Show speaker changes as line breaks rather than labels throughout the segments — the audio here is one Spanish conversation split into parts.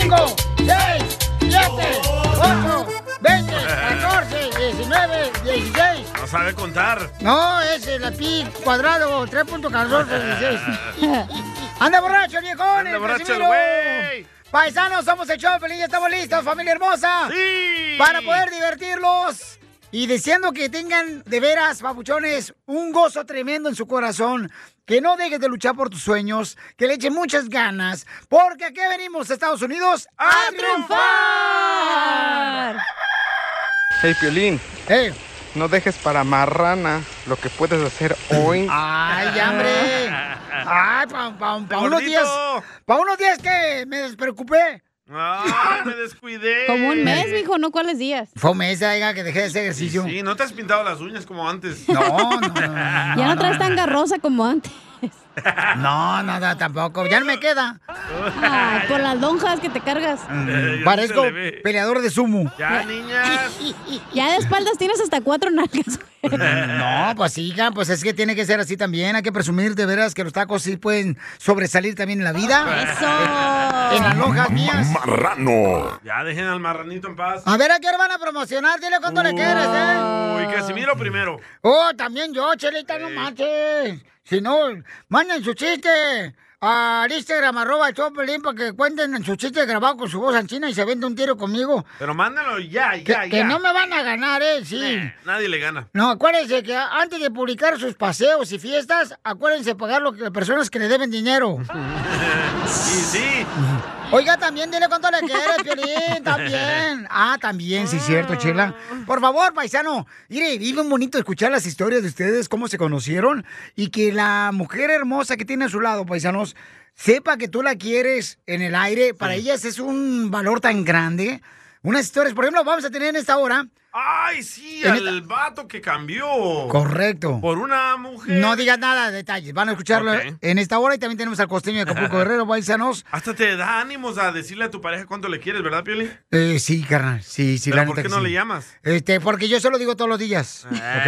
5, 6, 7, 8, 20, 14, 19, 16.
No sabe contar.
No, es el pi cuadrado, 3.14, 16. Anda borracho, viejón.
Anda borracho el
Casimiro.
güey.
Paisanos, somos el show, feliz, ya estamos listos, familia hermosa. Para poder divertirlos. Y deseando que tengan de veras, babuchones, un gozo tremendo en su corazón. Que no dejes de luchar por tus sueños, que le echen muchas ganas, porque aquí venimos, Estados Unidos, a, triunfar.
Hey, Piolín. No dejes para marrana lo que puedes hacer hoy.
Ah,
¡Ay, hombre! ¡Ay, pa, pa- pa unos
Gordito.
días! ¡Pa unos días que me despreocupé!
Ah, me descuidé.
Como un mes, mijo, no cuáles días.
Fue un mes, oiga, que dejé de hacer ejercicio.
Sí, no te has pintado las uñas como antes.
No, Ah, no,
Ya no traes tan garrosa como antes.
No, nada, tampoco. Pues Ya no me queda.
Ay, por las lonjas que te cargas.
Mm, Parezco peleador de sumo.
Ya, niñas.
Ya de espaldas tienes hasta cuatro nalgas.
No, pues hija, pues es que tiene que ser así también. Hay que presumir de veras que los tacos sí pueden sobresalir también en la vida.
Eso.
En las lonjas mías.
Marrano.
Ya dejen al marranito en paz.
A ver, ¿a qué hora van a promocionar? Dile cuánto le quieres, ¿eh?
Uy, Casimiro primero.
Oh, también yo, Chelita, no manches. Si no, manden su chiste al Instagram, arroba el Choplin, para que cuenten su chiste grabado con su voz en China y se vende un tiro conmigo.
Pero mándalo ya,
Que,
ya,
que
ya.
no me van a ganar, ¿eh? Sí.
Nah, nadie le gana.
No, acuérdense que a- antes de publicar sus paseos y fiestas, acuérdense de pagar lo que personas que le deben dinero.
y sí.
Oiga, también dile cuánto le quieres, Piolín, también. Ah, también, sí, es cierto, Chela. Por favor, paisano, mire, y bien bonito escuchar las historias de ustedes, cómo se conocieron, y que la mujer hermosa que tiene a su lado, paisanos, sepa que tú la quieres en el aire, para ellas es un valor tan grande. Unas historias, por ejemplo, vamos a tener en esta hora.
Ay, sí,
En
al vato que cambió.
Correcto.
Por una mujer.
No digas nada de detalles, van a escucharlo
Ok.
en esta hora y también tenemos al costeño de Acapulco Guerrero, paisanos.
Hasta te da ánimos a decirle a tu pareja cuánto le quieres, ¿verdad, Pioli?
Eh, sí, carnal, sí, sí,
¿Pero
la
por
neta
qué
que
no
sí.
le llamas?
Este, porque yo se lo digo todos los días.
Ah.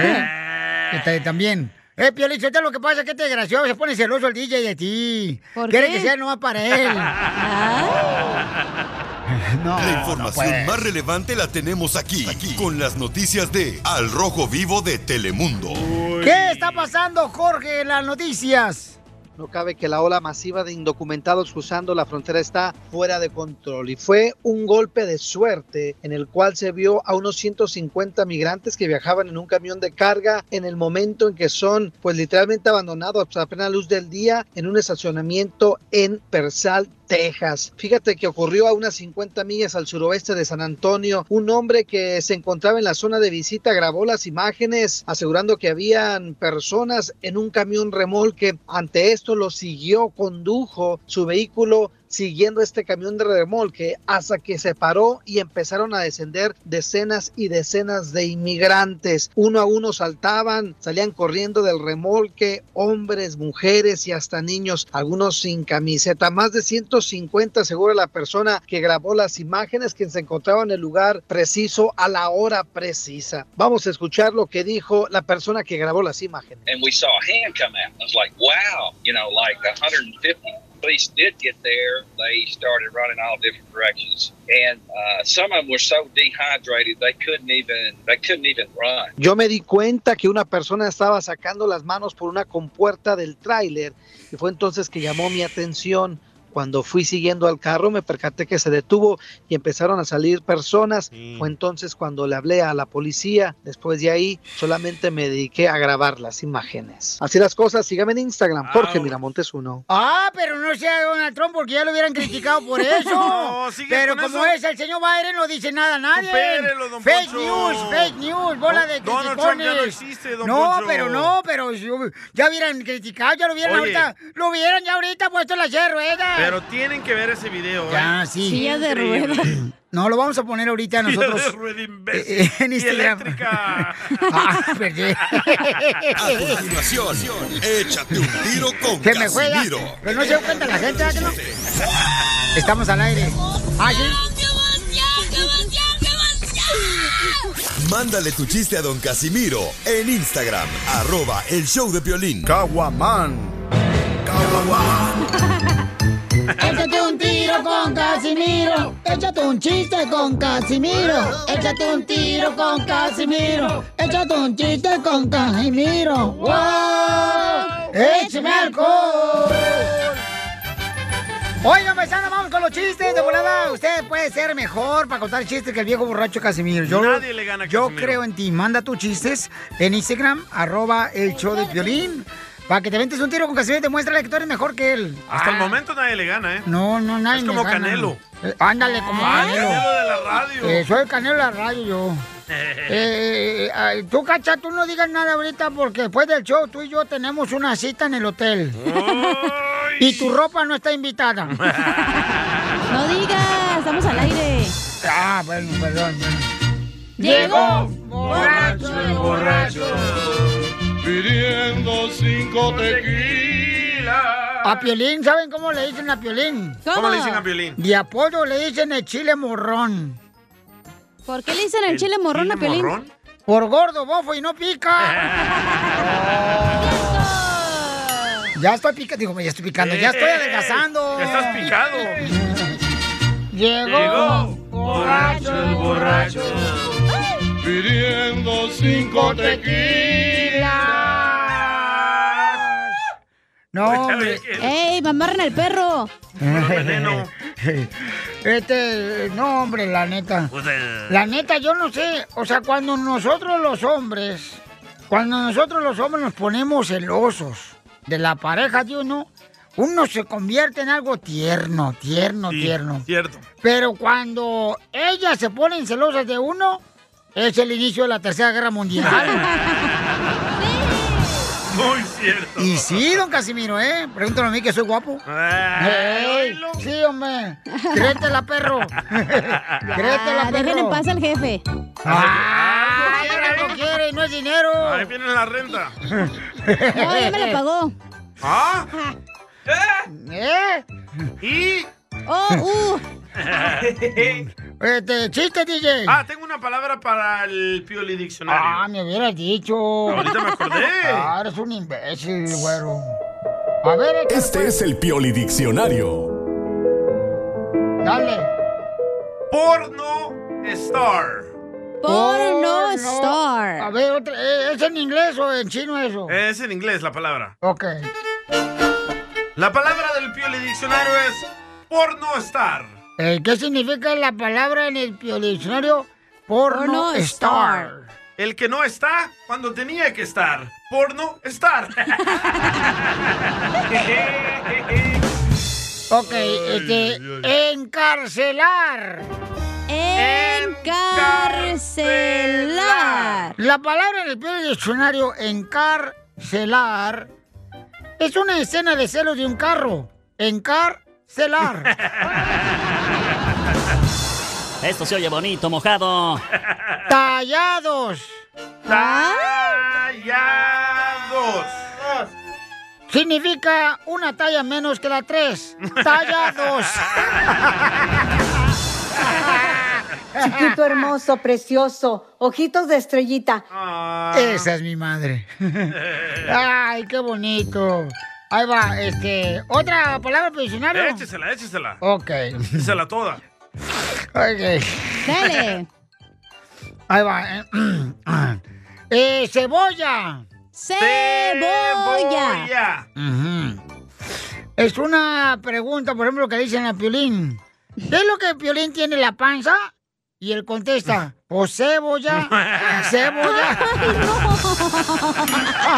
¿Ok? Este, también. Eh, Piolín, suelta lo que pasa, que este desgraciado se pone celoso el DJ de ti.
¿Por
Quiere
qué? Ah.
que sea nomás para él. No,
la información
no, pues.
más relevante la tenemos aquí, aquí, con las noticias de Al Rojo Vivo de Telemundo.
¿Qué está pasando, Jorge, en las noticias?
No cabe que la ola masiva de indocumentados cruzando la frontera está fuera de control y fue un golpe de suerte en el cual se vio a unos 150 migrantes que viajaban en un camión de carga en el momento en que son pues literalmente abandonados a plena luz del día en un estacionamiento en Persal, Texas. Fíjate que ocurrió a unas 50 millas al suroeste de San Antonio. Un hombre que se encontraba en la zona de visita grabó las imágenes asegurando que habían personas en un camión remolque. Ante esto lo siguió, condujo su vehículo siguiendo este camión de remolque hasta que se paró y empezaron a descender decenas y decenas de inmigrantes. Uno a uno saltaban, salían corriendo del remolque, hombres, mujeres y hasta niños, algunos sin camiseta. Más de 150 seguro la persona que grabó las imágenes que se encontraba en el lugar preciso a la hora precisa. Vamos a escuchar lo que dijo la persona que grabó las imágenes.
and we saw a hand come out. I was like, wow, you know, like 150 police did get there. They started running all different directions, and uh, some of them were so dehydrated they couldn't even they couldn't even run.
Yo me di cuenta que una persona estaba sacando las manos por una compuerta del tráiler y fue entonces que llamó mi atención. Cuando fui siguiendo al carro me percaté que se detuvo y empezaron a salir personas. Fue entonces cuando le hablé a la policía. Después de ahí solamente me dediqué a grabar las imágenes. Así las cosas, sígame en Instagram, Jorge Miramontes 1.
Ah, pero no sea Donald Trump porque ya lo hubieran criticado por eso.
No, sigue
pero
con
como
eso.
es el señor Biden, no dice nada a nadie.
Supérelo, don
fake
Poncho.
news, fake news, bola de criticones.
Donald Trump ya no existe, don
No,
Poncho.
pero no, pero si hub- ya hubieran criticado, ya lo hubieran
Oye.
ahorita. Lo hubieran ya ahorita puesto en la silla de ruedas.
Pero tienen que ver ese video. ¿eh?
Ya, sí.
Silla de
Increíble.
ruedas.
No, lo vamos a poner ahorita
Silla de
nosotros.
rueda, imbécil.
eh, en
Y
Instagram.
eléctrica.
Ah, perdí.
A continuación, échate un tiro con
Se me juega.
Casimiro.
Pero no se da cuenta la gente, ¿verdad que no? Estamos al aire. Ah, sí.
Mándale tu chiste a don Casimiro en Instagram, arroba el show de Piolín.
Caguaman.
Échate un tiro tiro con Casimiro. Échate un chiste con Casimiro. Échate un tiro con Casimiro. Échate un chiste con Casimiro. ¡Wow! ¡Échame alcohol! Oigan, paisano, vamos con los chistes de volada. Usted puede ser mejor para contar chistes que el viejo borracho Casimiro. Yo,
Nadie le gana a
Yo
Casimiro.
creo en ti. Manda tus chistes en Instagram, arroba el show de violín. Para que te ventes un tiro con Casimiro y te muestre que tú eres mejor que él.
Hasta el
Ah.
momento nadie le gana, ¿eh?
No, no, nadie
Es
me
como
gana.
Canelo.
Eh, ándale, como
Ah,
Canelo.
Canelo de la radio.
Eh, soy el Canelo de la radio yo. Eh, eh, ay, tú, Cacha, tú no digas nada ahorita porque después del show tú y yo tenemos una cita en el hotel. y tu ropa no está invitada.
No digas, estamos al aire.
Ah, bueno, perdón.
Llegó
borracho el borracho
pidiendo cinco tequilas.
A Piolín, ¿saben cómo le dicen a Piolín?
¿Cómo? ¿Cómo le dicen a
Piolín?
De apodo le dicen el chile morrón.
¿Por qué le dicen el, chile morrón a Pelín?
Por gordo, bofo y no pica. ya estoy picando, digo, ya estoy picando, ya estoy
Eh,
adelgazando.
ya estás picado.
Llegó.
borracho el borracho pidiendo cinco tequilas.
No, hombre.
¡Ey, mamarren al perro!
Este, no, hombre, la neta.
Pues
La neta, yo no sé. O sea, cuando nosotros los hombres, cuando nosotros los hombres nos ponemos celosos de la pareja de uno, uno se convierte en algo tierno, tierno,
Sí,
tierno.
Cierto.
Pero cuando ellas se ponen celosas de uno, es el inicio de la Tercera Guerra Mundial.
Muy cierto.
y sí, don Casimiro, ¿eh? Pregúntale a mí que soy guapo.
Eh,
Ey, sí, hombre. Créetela, perro. Créetela, perro. Ah.
Ah, dejen en paz al jefe.
¡Ay, no quiere! ¡No es dinero!
Ahí viene la renta.
No, ya me la pagó.
¿Ah?
¿Eh?
¿Y?
¡Oh, uh!
Este, chiste, DJ.
Ah, tengo una palabra para el Pioli Diccionario.
Ah, me hubieras dicho. Ahorita
me acordé.
Ah, eres un imbécil, güero. A ver,
Este es el Pioli Diccionario.
dale.
Porno Star.
Porno
star.
Oh, A ver, otra. eh, ¿Es en inglés o en chino eso?
Es en inglés la palabra.
Ok.
La palabra del Pioli Diccionario es porno star.
Eh, ¿Qué significa la palabra en el diccionario? Porno, star.
El que no está cuando tenía que estar. Porno star.
Ok, este, encarcelar.
Encarcelar.
La palabra en el primer diccionario, encarcelar, es una escena de celos de un carro. Encarcelar.
Esto se oye bonito, mojado.
Tallados.
¿Ah? Tallados.
Significa una talla menos que la 3. Tallados.
Chiquito hermoso, precioso, ojitos de estrellita.
Esa es mi Ah. madre. Ay, qué bonito. Ahí va, este, otra palabra del diccionario.
Échesela, échesela.
Ok.
Échesela toda.
Ok. Ahí va. eh. Eh, cebolla.
Cebolla.
Ujú. Es una pregunta, por ejemplo, que le dicen a Piolín. ¿Qué es lo que Piolín tiene en la panza? Y él contesta, o cebolla, cebolla.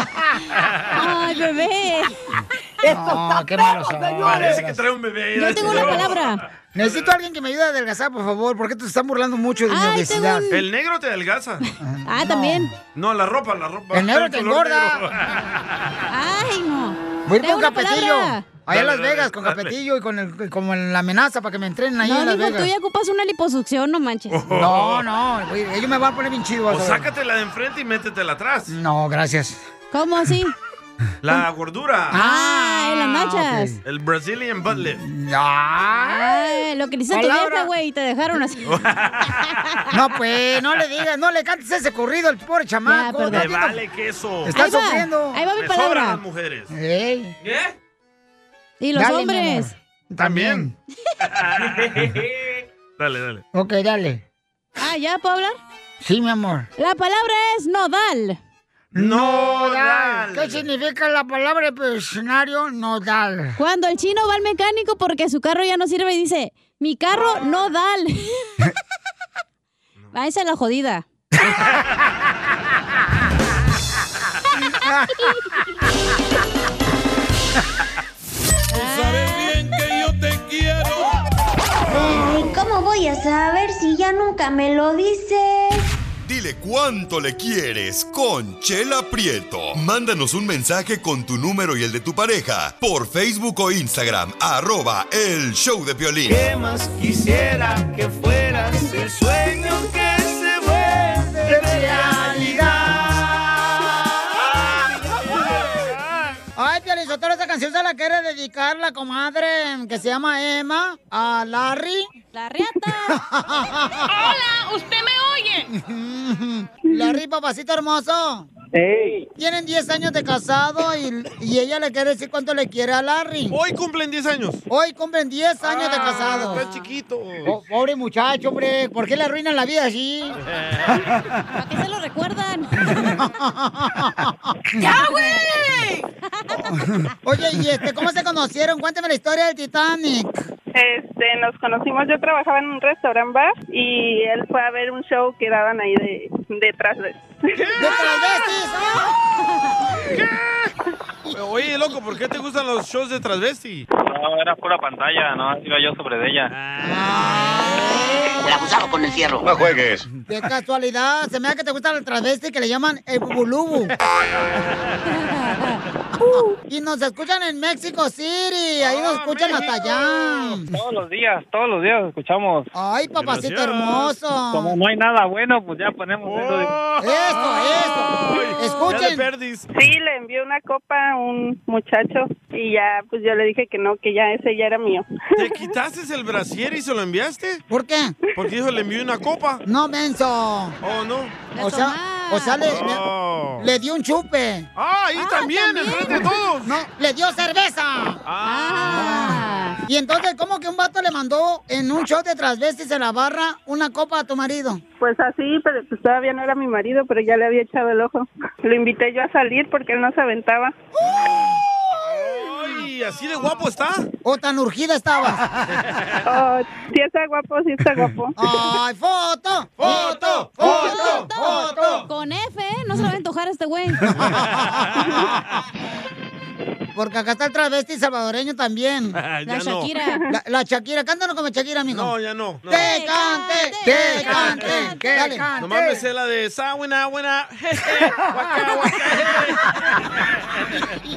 ¡Ay, bebé!
No, qué malos son.
Parece que trae un bebé este ahí.
Yo tengo una palabra.
Necesito a alguien que me ayude a adelgazar, por favor, porque te están burlando mucho de mi
Ay,
obesidad.
tengo un-
El negro te adelgaza.
Ah, también.
No, la ropa, la ropa.
El negro te
color
engorda.
¡Ay, no!
Voy a ir
Tengo
con
una
Capetillo.
palabra.
Allá en
Dale,
Las
dale,
Vegas, con
dale.
Capetillo y con, el, con la amenaza para que me entrenen ahí
No,
en Las
mijo, tú
Vegas.
ya ocupas una liposucción, no manches.
No, no, güey, ellos me van a poner bien chido.
O
vas a ver.
sácatela de enfrente y métetela atrás.
No, gracias.
¿Cómo así?
La gordura.
Ah, en las nachas.
El Brazilian butt lift.
Ah,
Ay, lo que le hice a tu
Palabra.
vieja, güey, y te dejaron así.
No, pues, no le digas, no le cantes ese corrido al pobre chamaco.
perdón.
Está
Me
viendo-
vale queso.
Está
Ahí va,
sufriendo.
Ahí va mi
Me sobran
palabra.
las mujeres.
Ey,
¿Qué?
Y los
Dale, mi
hombres.
También.
dale, dale.
Ok, dale.
Ah, ¿ya puedo hablar?
Sí, mi amor.
La palabra es nodal.
Nodal. ¿Qué significa la palabra del diccionario nodal?
Cuando el chino va al mecánico porque su carro ya no sirve y dice, mi carro
Ah.
nodal. Va, esa es la jodida.
Sabes bien que yo te quiero.
Ay, ¿cómo voy a saber si ya nunca me lo dices?
Dile cuánto le quieres con Chela Prieto. Mándanos un mensaje con tu número y el de tu pareja por Facebook o Instagram, arroba el show de Piolín.
¿Qué más quisiera que fueras el sueño que se vuelve realidad?
Ay, Piolizotero, esta canción se la quiere dedicar la comadre que se llama Emma a Larry.
La riata.
Hola,
¿usted me
oye? Larry, papacito hermoso. Tienen 10 años de casado y, y ella le quiere decir cuánto le quiere a Larry.
Hoy cumplen 10 años.
Hoy cumplen 10 años de
Ah,
casado.
está chiquito.
Oh, pobre muchacho, hombre. ¿Por qué le arruinan la vida así?
¿Para qué se lo recuerdan?
¡Ya, güey! Oye, ¿y este, cómo se conocieron? Cuéntame la historia del Titanic.
Este, nos conocimos, yo trabajaba en un restaurant bar y él fue a ver un show que daban ahí de, detrás de...
Oye, loco, ¿por qué te gustan los shows de transvesti?
No, era pura pantalla, no, iba yo sobre de ella.
El abusado
con el fierro. No juegues.
De casualidad, se me da que te gusta el travesti que le llaman el bubulubu. Uh, y nos escuchan en México City, ahí
¡Ah,
nos escuchan hasta allá.
Todos los días, todos los días escuchamos.
Ay, papacito hermoso.
Como no hay nada bueno, pues ya ponemos eso. de-
Escuchen.
Sí, le envió una copa a un muchacho y ya, pues yo le dije que no, que ya ese ya era mío.
¿Te quitaste el brasier y se lo enviaste?
¿Por qué?
Porque dijo, le envió una copa.
No, menso.
Oh, no.
O sea, o sea le, le- le dio un chupe.
Oh. Ah, ahí también, enfrente de todos.
No, le dio cerveza. Ah. Y entonces, ¿cómo que un vato le mandó en un show de transvestis en la barra una copa a tu marido?
Pues así, pero pues todavía no era mi marido, pero ya le había echado el ojo. Lo invité yo a salir porque él no se aventaba.
¡Uh!
Ay, así de guapo está.
¿O tan urgida estabas?
Oh, sí está guapo, sí está guapo.
¡Ay, foto!
¡Foto!
¡Foto!
¡Foto! Con F, ¿eh? No se lo va a antojar a este güey.
Porque acá está el travesti salvadoreño también.
Ah, ya La no. Shakira.
La, la Shakira. Cántanos como Shakira, mijo. No,
ya no. no.
¡Te cante! ¡Te
Eh,
cante! ¡Te
No
cante!
mames, es la de esa buena, buena.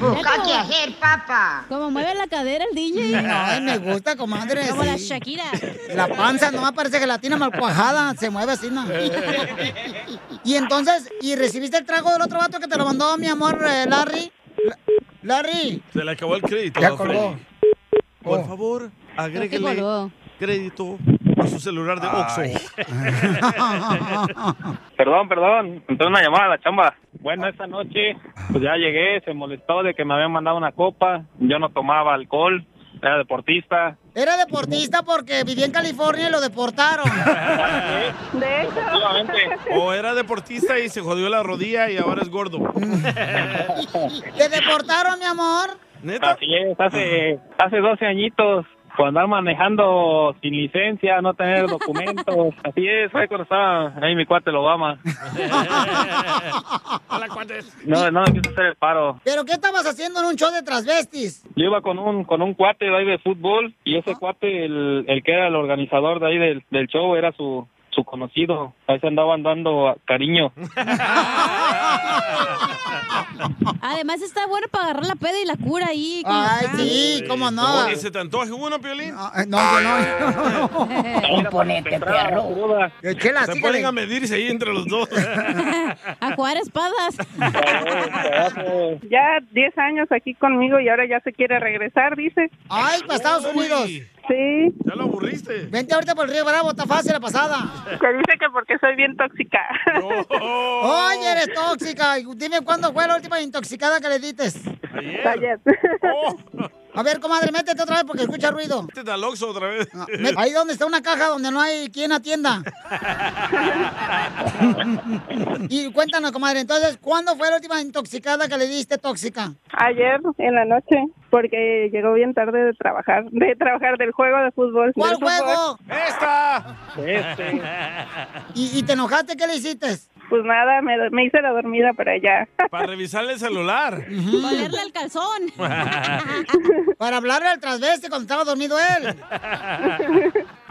Busca qué
hacer, papá.
Como mueve la cadera el DJ.
Ay, me gusta, comadre.
Como la
sí.
Shakira.
La panza nomás parece gelatina mal cuajada, se mueve así, ¿no? y entonces, ¿y recibiste el trago del otro vato que te lo mandó mi amor eh, Larry? La- Larry.
Se le acabó el crédito.
Ya Oh.
don Freddy. Por
colgó.
favor, agrégale
colgó.
crédito a su celular de Oxxo.
Perdón, perdón, entró una llamada a la chamba. Bueno, esa noche, pues ya llegué, se molestó de que me habían mandado una copa. Yo no tomaba alcohol, era deportista.
Era deportista porque vivía en California y lo deportaron.
De hecho.
O era deportista y se jodió la rodilla y ahora es gordo.
Mm. ¿Te deportaron, mi amor?
Así es, Pues hace, hace 12 añitos, por andar manejando sin licencia, no tener documentos. Así es, fue cuando estaba ahí mi cuate el Obama. No, no me quiso hacer el paro.
¿Pero qué estabas haciendo en un show de transvestis?
Yo iba con un, con un cuate de ahí de fútbol y ese cuate, el, el que era el organizador de ahí del, del show, era su, su conocido. Ahí se andaban dando a- cariño.
Además está bueno para agarrar la peda y la cura ahí. con los
Ay,
fans.
sí, cómo no.
¿Y se te antoje uno, Piolín?
No, yo no.
Imponente, perro.
Chela,
se
sígale.
ponen a medirse ahí entre los dos.
A jugar espadas.
Ya 10 años aquí conmigo y ahora ya se quiere regresar, dice.
Ay, para Estados Unidos.
Sí.
Ya lo aburriste.
Vente ahorita por el río Bravo, está fácil la pasada.
Que dice que porque soy bien tóxica.
Oye, eres tóxica. Dime cuándo fue la última intoxicada que le diste.
Ayer.
Oh.
A ver, comadre, métete otra vez porque escucha ruido.
Métete al Oxxo Este otra vez.
Me- Ahí donde está una caja donde no hay quien atienda. Y cuéntanos, comadre, entonces, ¿cuándo fue la última intoxicada que le diste tóxica?
Ayer en la noche, porque llegó bien tarde de trabajar, de trabajar del juego de fútbol.
¿Cuál
Del fútbol.
juego?
¡Esta!
Este.
¿Y, y te enojaste? ¿Qué le hiciste?
Pues nada, me, do- me hice la dormida para allá.
Para revisarle el celular.
Ponerle el calzón.
Para hablarle al transveste cuando estaba dormido él.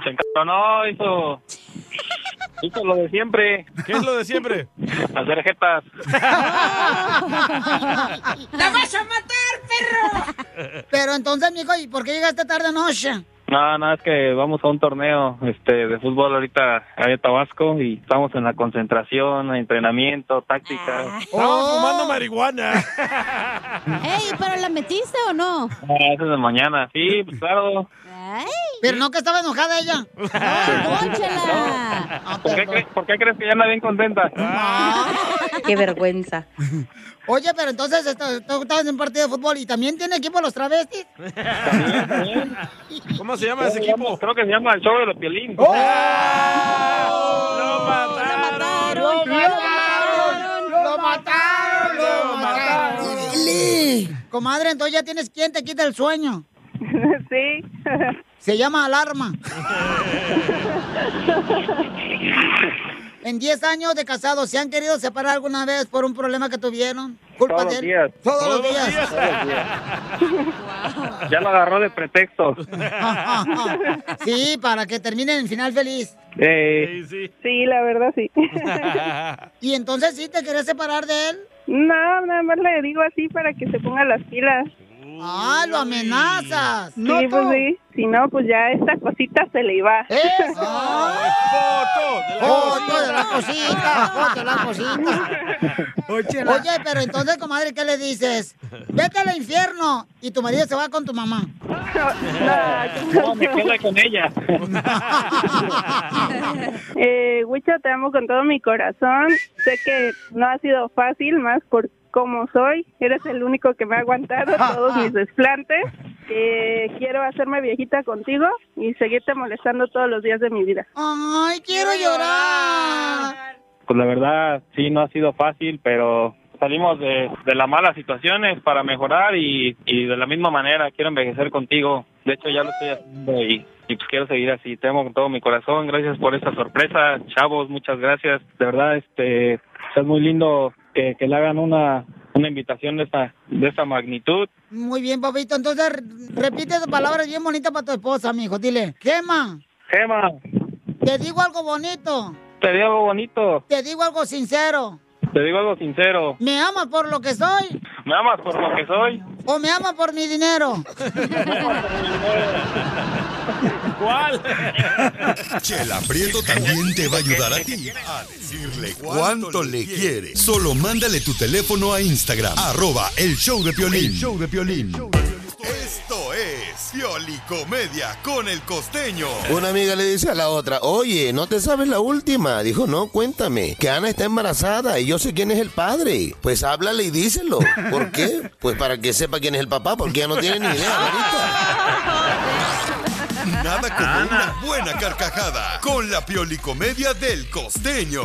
Se encabronó, hizo. Hizo lo de siempre.
¿Qué es lo de siempre?
Hacer jetas.
¡La vas a matar, perro! Pero entonces, mijo, ¿y por qué llegaste tarde anoche?
No, no, es que vamos a un torneo este, de fútbol ahorita ahí en Tabasco y estamos en la concentración, entrenamiento, táctica.
Oh,
Estaba fumando marihuana.
Ey, ¿pero la metiste o no?
Ah, eso es de mañana, sí, pues, claro.
Pero no que estaba enojada ella.
¿Por qué, cre- por qué crees que ya anda bien contenta?
Ah.
Qué vergüenza.
Oye, pero entonces esto- tú estabas en un partido de fútbol y también tiene equipo los travestis.
¿Cómo se llama ese equipo?
Creo que se llama el show de los pielín.
Oh, ¡Lo mataron! ¡Lo mataron! ¡Lo mataron! Comadre, entonces ya tienes quien te quita el sueño.
Sí.
Se llama alarma. En 10 años de casados, ¿se han querido separar alguna vez por un problema que tuvieron? ¿Culpa
Todos
de
los
él?
días.
Todos,
Todos
los días.
días. Todos los Ya lo agarró de pretexto.
sí, para que terminen en final feliz.
Eh,
Sí, la verdad sí.
¿Y entonces sí te querés separar de él?
No, nada más le digo así para que se ponga las pilas.
¡Ah, lo amenazas!
No, sí, pues sí. Si no, pues ya esta cosita se le iba.
¡Foto de la cosita! ¡Foto de la cosita!
Oye,
Oye, pero entonces, comadre, ¿qué le dices? Vete al infierno y tu marido se va con tu mamá.
no, me quedo con ella.
Eh, Wicha, te amo con todo mi corazón. Sé que no ha sido fácil, más por cómo soy. Eres el único que me ha aguantado todos mis desplantes. Que quiero hacerme viejita contigo y seguirte molestando todos los días de mi vida.
¡Ay, quiero llorar!
Pues la verdad, sí, no ha sido fácil, pero salimos de, de las malas situaciones para mejorar y, y de la misma manera quiero envejecer contigo. De hecho, ya lo estoy haciendo y, y pues quiero seguir así. Te amo con todo mi corazón. Gracias por esta sorpresa. Chavos, muchas gracias. De verdad, este, es muy lindo que, que le hagan una, una invitación de esta, de esta magnitud.
Muy bien, papito. Entonces, re- repite esas palabras bien bonitas para tu esposa, mijo. Dile, Gema,
Gema,
te digo algo bonito.
te digo algo bonito.
Te digo algo sincero.
Te digo algo sincero.
¿Me amas por lo que soy
¿Me amas por lo que soy?
o me amas por mi dinero?
¿Cuál?
Chela Prieto también te va a ayudar a ti a decirle cuánto le quiere. Solo mándale tu teléfono a Instagram, arroba el show de Piolín.
El
show de Piolín. Esto es Pioli Comedia con el costeño.
Una amiga le dice a la otra, oye, ¿no te sabes la última? Dijo, no, cuéntame, que Ana está embarazada y yo sé quién es el padre. Pues háblale y díselo. ¿Por qué? Pues para que sepa quién es el papá, pues. porque ella no tiene ni idea.
Nada como una buena carcajada con la Pioli Comedia del costeño.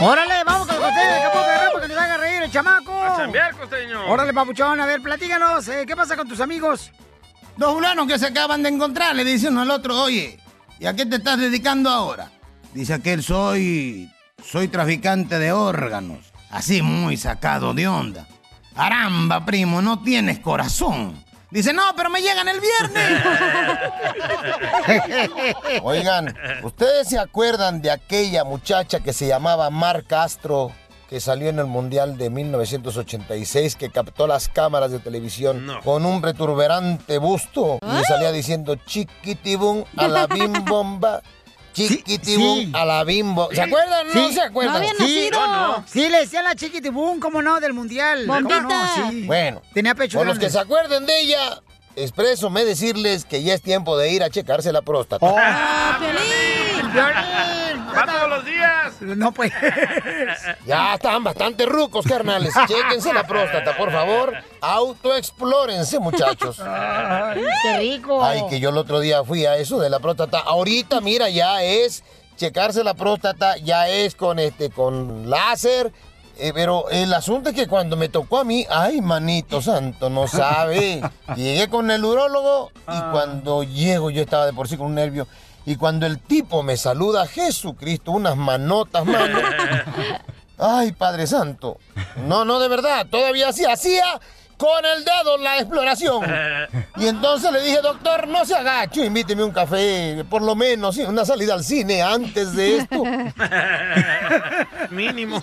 Órale, vamos con el costeño de Acapulco Guerrero porque nos haga reír el chamaco. A
chambear, costeño.
Órale, papuchón, a ver, platícanos, eh, ¿qué pasa con tus amigos?
Dos fulanos que se acaban de encontrar le dice uno al otro, oye, ¿y a qué te estás dedicando ahora? Dice aquel, soy, soy traficante de órganos. Así muy sacado de onda. Aramba, primo, no tienes corazón. Dice, no, pero me llegan el viernes.
Oigan, ¿ustedes se acuerdan de aquella muchacha que se llamaba Mar Castro, que salió en el Mundial de 1986, que captó las cámaras de televisión con un returberante busto y le salía diciendo chiquitibum a la bim bomba? Chiquitibum a la bimbo. ¿Se acuerdan? No
Sí.
se acuerdan.
sí, sí, le decían la chiquitibum, cómo no, del mundial. ¿Cómo no? Sí.
Bueno,
Tenía pecho
Por los
grande.
que se acuerden de ella,
Expresome decirles que ya es tiempo de ir a checarse la próstata.
¡Piolín! ¡Va todos los días!
No, pues.
Ya están bastante rucos, carnales. Chéquense la próstata, por favor. Autoexplórense, muchachos.
Ay, qué rico.
Ay, que yo el otro día fui a eso de la próstata. Ahorita, mira, ya es checarse la próstata, ya es con este, con láser. Eh, pero el asunto es que cuando me tocó a mí, ay, manito santo, no sabe. Llegué con el urólogo y cuando llego yo estaba de por sí con un nervio. Y cuando el tipo me saluda, Jesucristo, unas manotas, mano. Ay, Padre Santo. No, no, de verdad. Todavía así hacía con el dedo la exploración. Y entonces le dije, doctor, no se agacho, invíteme un café, por lo menos sí, una salida al cine antes de esto.
Mínimo.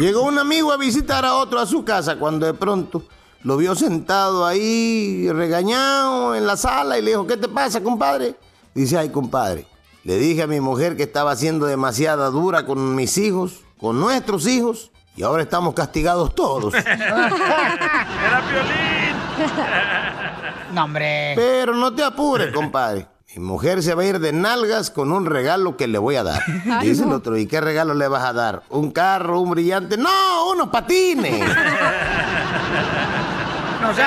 Llegó un amigo a visitar a otro a su casa cuando de pronto lo vio sentado ahí, regañado en la sala y le dijo, ¿qué te pasa, compadre? Dice, ay, compadre, le dije a mi mujer que estaba siendo demasiada dura con mis hijos, con nuestros hijos, y ahora estamos castigados todos.
¡Era Piolín!
No, hombre.
Pero no te apures, compadre. Mi mujer se va a ir de nalgas con un regalo que le voy a dar.
Ay,
Dice el
no.
otro, ¿y qué regalo le vas a dar? ¿Un carro, un brillante? ¡No, unos patines!
No
Eh,
sé,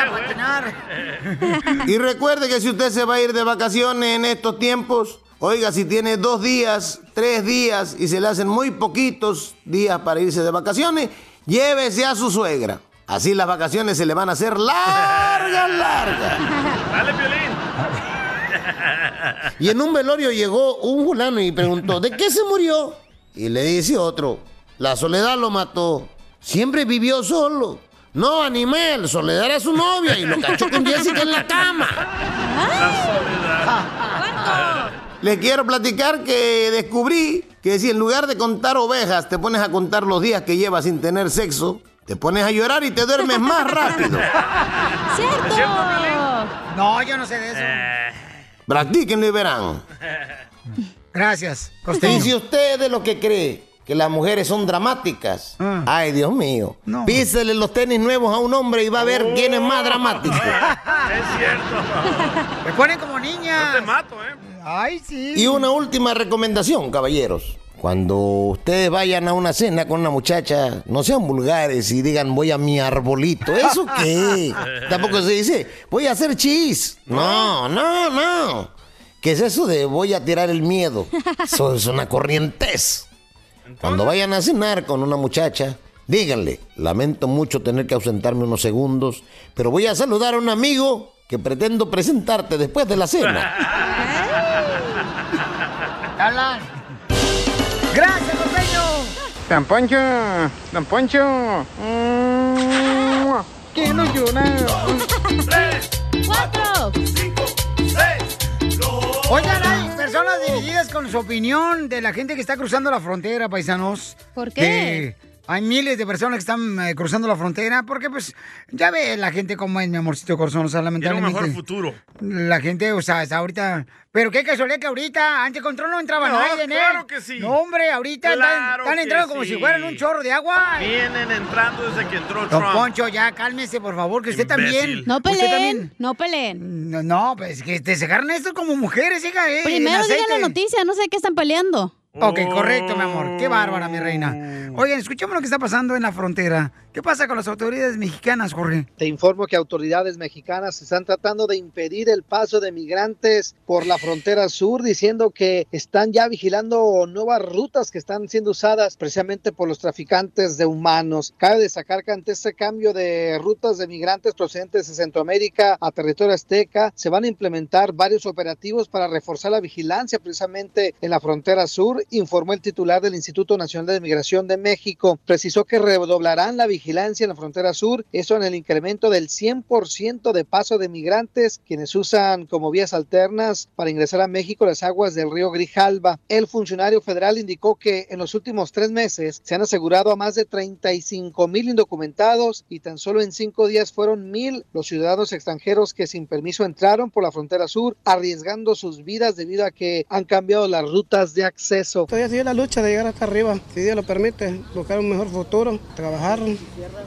patinar.
Y recuerde que si usted se va a ir de vacaciones en estos tiempos, oiga, si tiene dos días, tres días y se le hacen muy poquitos días para irse de vacaciones, llévese a su suegra. Así las vacaciones se le van a hacer largas, largas.
¡Dale, Piolín!
Y en un velorio llegó un fulano y preguntó, ¿de qué se murió? Y le dice otro, la soledad lo mató. Siempre vivió solo. No, animal, soledad era su novia y lo cachó con Jessica en la cama. Le quiero platicar que descubrí que si en lugar de contar ovejas te pones a contar los días que llevas sin tener sexo, te pones a llorar y te duermes más rápido.
¡Cierto! No, yo no sé de eso.
Practíquenlo y verán.
Eh.
Gracias,
Y si usted es de lo que cree que las mujeres son dramáticas, ay Dios mío, písele los tenis nuevos a un hombre y va a ver quién es más dramático.
Es cierto.
Me ponen como niña.
No te mato, ¿eh?
Ay, sí.
Y una última recomendación, caballeros. Cuando ustedes vayan a una cena con una muchacha, no sean vulgares y digan voy a mi arbolito. ¿Eso qué? Tampoco se dice voy a hacer chis. No, no, no. ¿Qué es eso de voy a tirar el miedo? Eso es una corrientez. Cuando vayan a cenar con una muchacha, díganle, lamento mucho tener que ausentarme unos segundos, pero voy a saludar a un amigo que pretendo presentarte después de la cena.
Hablan. Gracias, costeño.
Don Poncho, Don Poncho. Mm, ¿Quién no llora?
¡Cuatro! ¡Cinco! ¡Seis! Oigan, hay personas divididas con su opinión de la gente que está cruzando la frontera, paisanos.
¿Por qué?
Que hay miles de personas que están eh, cruzando la frontera porque, pues, ya ve la gente como es, mi amorcito corazón, o sea,
Tiene un
lamentablemente...
mejor futuro.
La gente, o sea, está ahorita. Pero qué casualidad que ahorita, antes control no entraba
No,
nadie, ¿eh?
claro que sí.
No, hombre, ahorita están-
Claro
están,
que
entrando como
sí.
si fueran un chorro de agua.
Vienen entrando desde que entró
Don
Trump.
Poncho, ya cálmese, por favor, que usted
Imbécil.
también.
No
usted
peleen,
también.
no peleen.
No, no, pues que te sacaron esto como mujeres, hija, eh.
Primero
en
digan
aceite.
la noticia, no sé de qué están peleando.
Ok, correcto, mi amor. Qué bárbara, mi reina.
Oh.
Oigan, escuchemos lo que está pasando en la frontera. ¿Qué pasa con las autoridades mexicanas, Jorge?
Te informo que autoridades mexicanas están tratando de impedir el paso de migrantes por la frontera sur, diciendo que están ya vigilando nuevas rutas que están siendo usadas precisamente por los traficantes de humanos. Cabe destacar que ante este cambio de rutas de migrantes procedentes de Centroamérica a territorio azteca, se van a implementar varios operativos para reforzar la vigilancia precisamente en la frontera sur, informó el titular del Instituto Nacional de Migración de México. Precisó que redoblarán la vigilancia en la frontera sur, eso en el incremento del 100% de paso de migrantes quienes usan como vías alternas para ingresar a México las aguas del río Grijalba. El funcionario federal indicó que en los últimos tres meses se han asegurado a más de 35 mil indocumentados y tan solo en cinco días fueron mil los ciudadanos extranjeros que sin permiso entraron por la frontera sur, arriesgando sus vidas debido a que han cambiado las rutas de acceso. eso.
Todavía sigue la lucha de llegar hasta arriba, si Dios lo permite, buscar un mejor futuro, trabajar y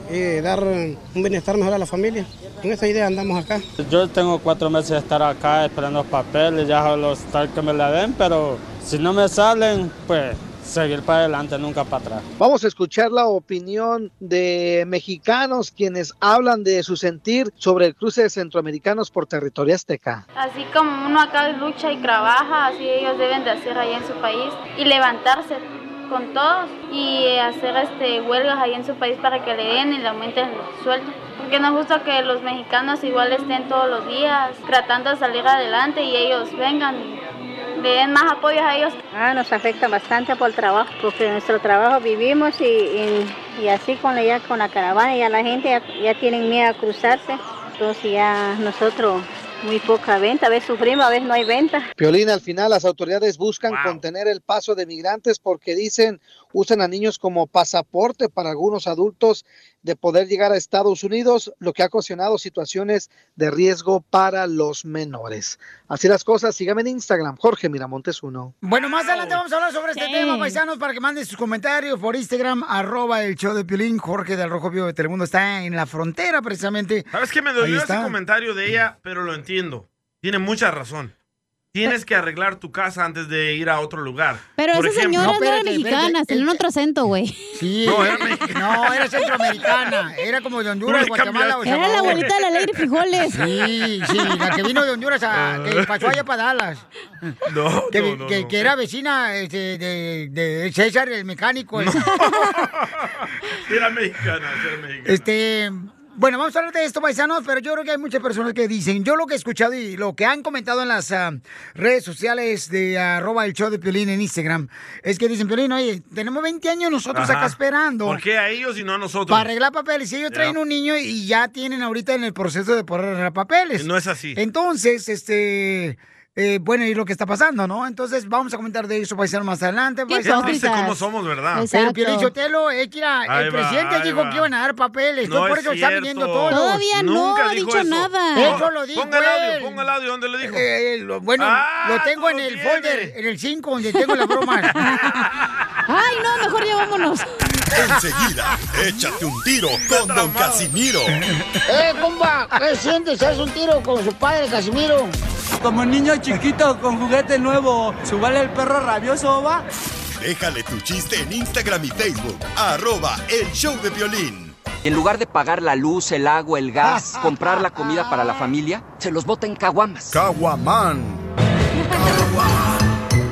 eh, dar un bienestar mejor a la familia. Con esa idea andamos acá.
Yo tengo cuatro meses de estar acá esperando los papeles, ya solo estar que me la den, pero si no me salen, pues seguir para adelante, nunca para atrás.
Vamos a escuchar la opinión de mexicanos quienes hablan de su sentir sobre el cruce de centroamericanos por territorio azteca.
Así como uno acá lucha y trabaja, así ellos deben de hacer ahí en su país y levantarse con todos y hacer este huelgas ahí en su país para que le den y le aumenten el sueldo. Porque no es justo que los mexicanos igual estén todos los días tratando de salir adelante y ellos vengan y le den más apoyos a ellos.
Ah, nos afecta bastante por el trabajo, porque nuestro trabajo vivimos y, y- y así con la, ya con la caravana ya la gente ya, ya tienen miedo a cruzarse, entonces ya nosotros muy poca venta, a veces sufrimos, a veces no hay venta.
Piolín, al final las autoridades buscan contener el paso de migrantes porque dicen usan a niños como pasaporte para algunos adultos de poder llegar a Estados Unidos, lo que ha ocasionado situaciones de riesgo para los menores. Así las cosas, sígame en Instagram, Jorge Miramontes 1.
Bueno, más adelante vamos a hablar sobre este tema, paisanos, para que manden sus comentarios por Instagram, arroba el show de Piolín. Jorge del Rojo Vivo de Telemundo está en la frontera, precisamente.
¿Sabes qué me
Ahí
dolió
está.
ese comentario de ella? Pero lo entiendo. Tiene mucha razón. Tienes que arreglar tu casa antes de ir a otro lugar.
Pero
Por
esas
ejemplo-
señoras no eran mexicanas, tenían otro acento, güey.
Sí.
No, era
No, era centroamericana. Era como de Honduras,
Hubiera
Guatemala
cambiado.
o
Era la abuelita de la
ley
Lady Frijoles.
Sí, sí, la que vino de Honduras, a, que pasó allá para Dallas.
No,
Que,
no, no,
que-
no.
que era vecina este, de, de César, el mecánico. el-
Era mexicana, era mexicana.
Este, bueno, vamos a hablar de esto, paisanos, pero yo creo que hay muchas personas que dicen, yo lo que he escuchado y lo que han comentado en las ah, redes sociales de arroba el show de Piolín en Instagram, es que dicen, Piolín, oye, tenemos 20 años nosotros
Ajá.
acá esperando.
¿Por qué a ellos y no a nosotros?
Para arreglar papeles. Y ellos
Ya.
traen un niño y ya tienen ahorita en el proceso de poder arreglar papeles.
No es así.
Entonces, este... eh, bueno, y lo que está pasando, ¿no? Entonces, vamos a comentar de eso, paisano, más adelante.
Qué
paisano.
triste cómo somos, ¿verdad?
Pero,
Exacto.
Piolín Sotelo, es que era-
Ahí
el
va,
presidente
ahí
dijo
va.
que iban a dar papeles.
No
Entonces, por
es
eso están
cierto.
viniendo todos.
Todavía no
Nunca
ha
dijo
dicho
eso.
nada.
Eso lo dijo
Ponga el audio,
él.
ponga el audio, ¿dónde lo dijo? Ah,
Eh, lo- bueno, lo tengo en el folder, en el 5, donde tengo la broma.
Ay, no, mejor ya vámonos.
Enseguida, échate un tiro con Don Casimiro.
¡Eh, compa! ¿Qué sientes? ¿Haz un tiro con su padre, Casimiro?
Como niño chiquito con
este
juguete nuevo, subale el perro rabioso, va.
Déjale tu chiste en Instagram y Facebook. Arroba el show de violín.
En lugar de pagar la luz, el agua, el gas, comprar la comida para la familia, se los bota en caguamas. Caguamán.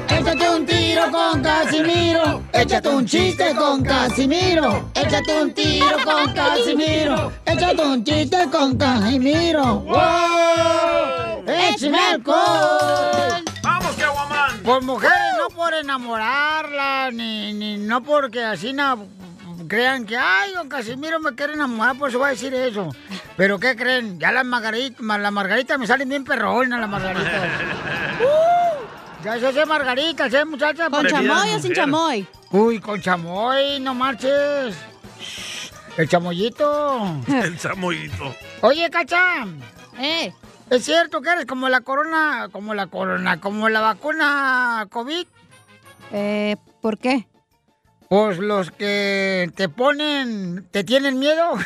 Échate un tiro con Casimiro. Échate un chiste con Casimiro. Échate un tiro con Casimiro. Échate un chiste con Casimiro. ¡Wow! ¡Échame alcohol!
¡Vamos, Caguamán!
Por Pues mujeres, no por enamorarla, ni, ni no porque así na- crean que, ay, don Casimiro me quiere enamorar, por eso voy a decir eso. Pero, ¿qué creen? Ya las margaritas, las margaritas me salen bien perronas, las margaritas. Uh, Ya se hace margarita, ¿eh, muchacha?
¿Con Bebidas chamoy o sin mujeres. chamoy?
Uy, con chamoy, no marches. El chamoyito.
El chamoyito.
Oye, Cacha. ¿Eh? ¿Es cierto que eres como la corona, como la corona, como la vacuna COVID? Eh, ¿por qué? Pues los que te ponen, te tienen miedo.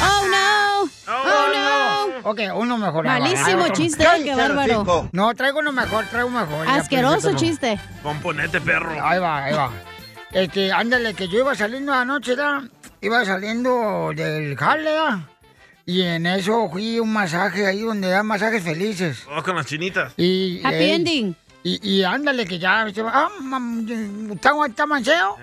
¡Oh, no! ¡Oh, no! Ok, uno mejor. ahí va,
Malísimo
ahí va otro.
chiste, ¡Cállate, qué bárbaro! hocico!
No, traigo uno mejor, traigo uno mejor. ya,
Asqueroso
pero-
chiste.
Componete, perro.
Ahí va, ahí va. Este, ándale, que yo iba saliendo anoche, ¿da? Iba saliendo del jale, ¿da? Y en eso fui a un masaje ahí donde dan masajes felices.
Vamos con las chinitas.
Y,
Happy
ending. Y, y ándale, que ya... se va, Ah, mam, ¿está, está manceo?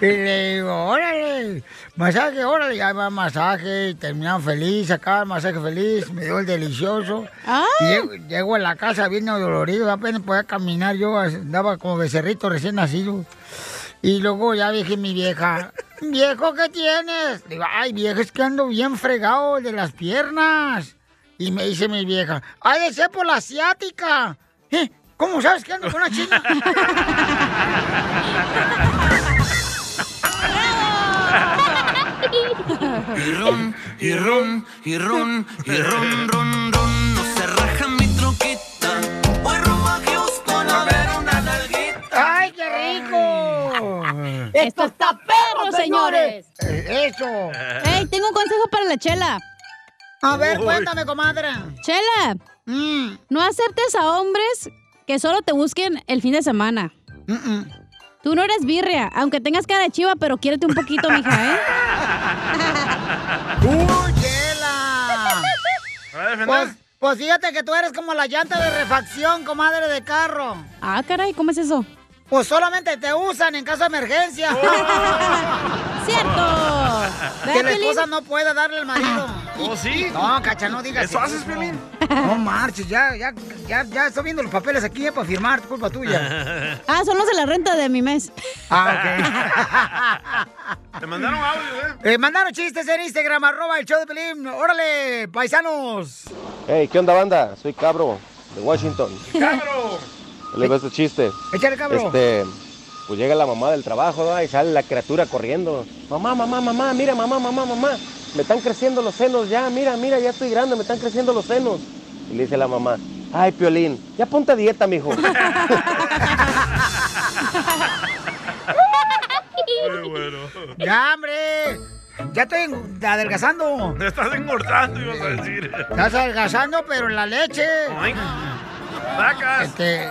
Y le digo, órale, masaje, órale, ya va masaje, y terminamos feliz, acá el masaje feliz, me dio el delicioso. Y llego, llego a la casa bien dolorido, apenas podía caminar, yo andaba como becerrito recién nacido. Y luego ya dije mi vieja, viejo, ¿qué tienes? Digo, ay, viejo, es que ando bien fregado de las piernas. Y me dice mi vieja, ha de ser por la asiática. "Eh, ¿Cómo sabes que ando con una china?
Y rum, y rum, y rum, y rum, rum, rum. No se raja mi troquita. Voy rumbo a Houston a ver una nalguita.
¡Ay, qué rico!
Esto está perro, señores.
Eh, Eso.
Ey, tengo un consejo para la chela.
A ver, cuéntame, comadre.
Chela,
Mm.
no aceptes a hombres que solo te busquen el fin de semana. Tú no eres birria, aunque tengas cara de chiva, pero quiérete un poquito, mija, ¿eh?
¡Uy, chela!
defender?
Pues, pues fíjate que tú eres como la llanta de refacción, comadre de carro.
Ah, caray, ¿cómo es eso?
Pues solamente te usan en caso de emergencia.
¡Cierto!
Que
¿Verdad,
la
Piolín?
esposa no pueda darle al marido.
¿Oh, sí?
No, cacha, no digas
¿Eso haces, Piolín?
No marches, ya, ya, ya, ya estoy viendo los papeles aquí eh, para firmar, culpa tuya.
Ah, son los de la renta de mi mes.
Ah,
ok. Te mandaron audio, ¿eh?
Eh, mandaron chistes en Instagram, arroba el show de Pelín. ¡Órale, paisanos!
Hey, ¿qué onda, banda? Soy Cabro, de Washington.
¡Cabro!
Le veo este chiste.
Échale, Cabro.
Este, pues llega la mamá del trabajo, ¿no? Y sale la criatura corriendo. Mamá, mamá, mamá, mira, mamá, mamá, mamá. Me están creciendo los senos ya, mira, mira, ya estoy grande, me están creciendo los senos. Y le dice la mamá, ay, Piolín, ya ponte a dieta, mijo.
Muy bueno.
¡Ya, hombre! Ya estoy en- adelgazando.
Te estás engordando, ibas a decir.
Estás adelgazando, pero en la leche. Este,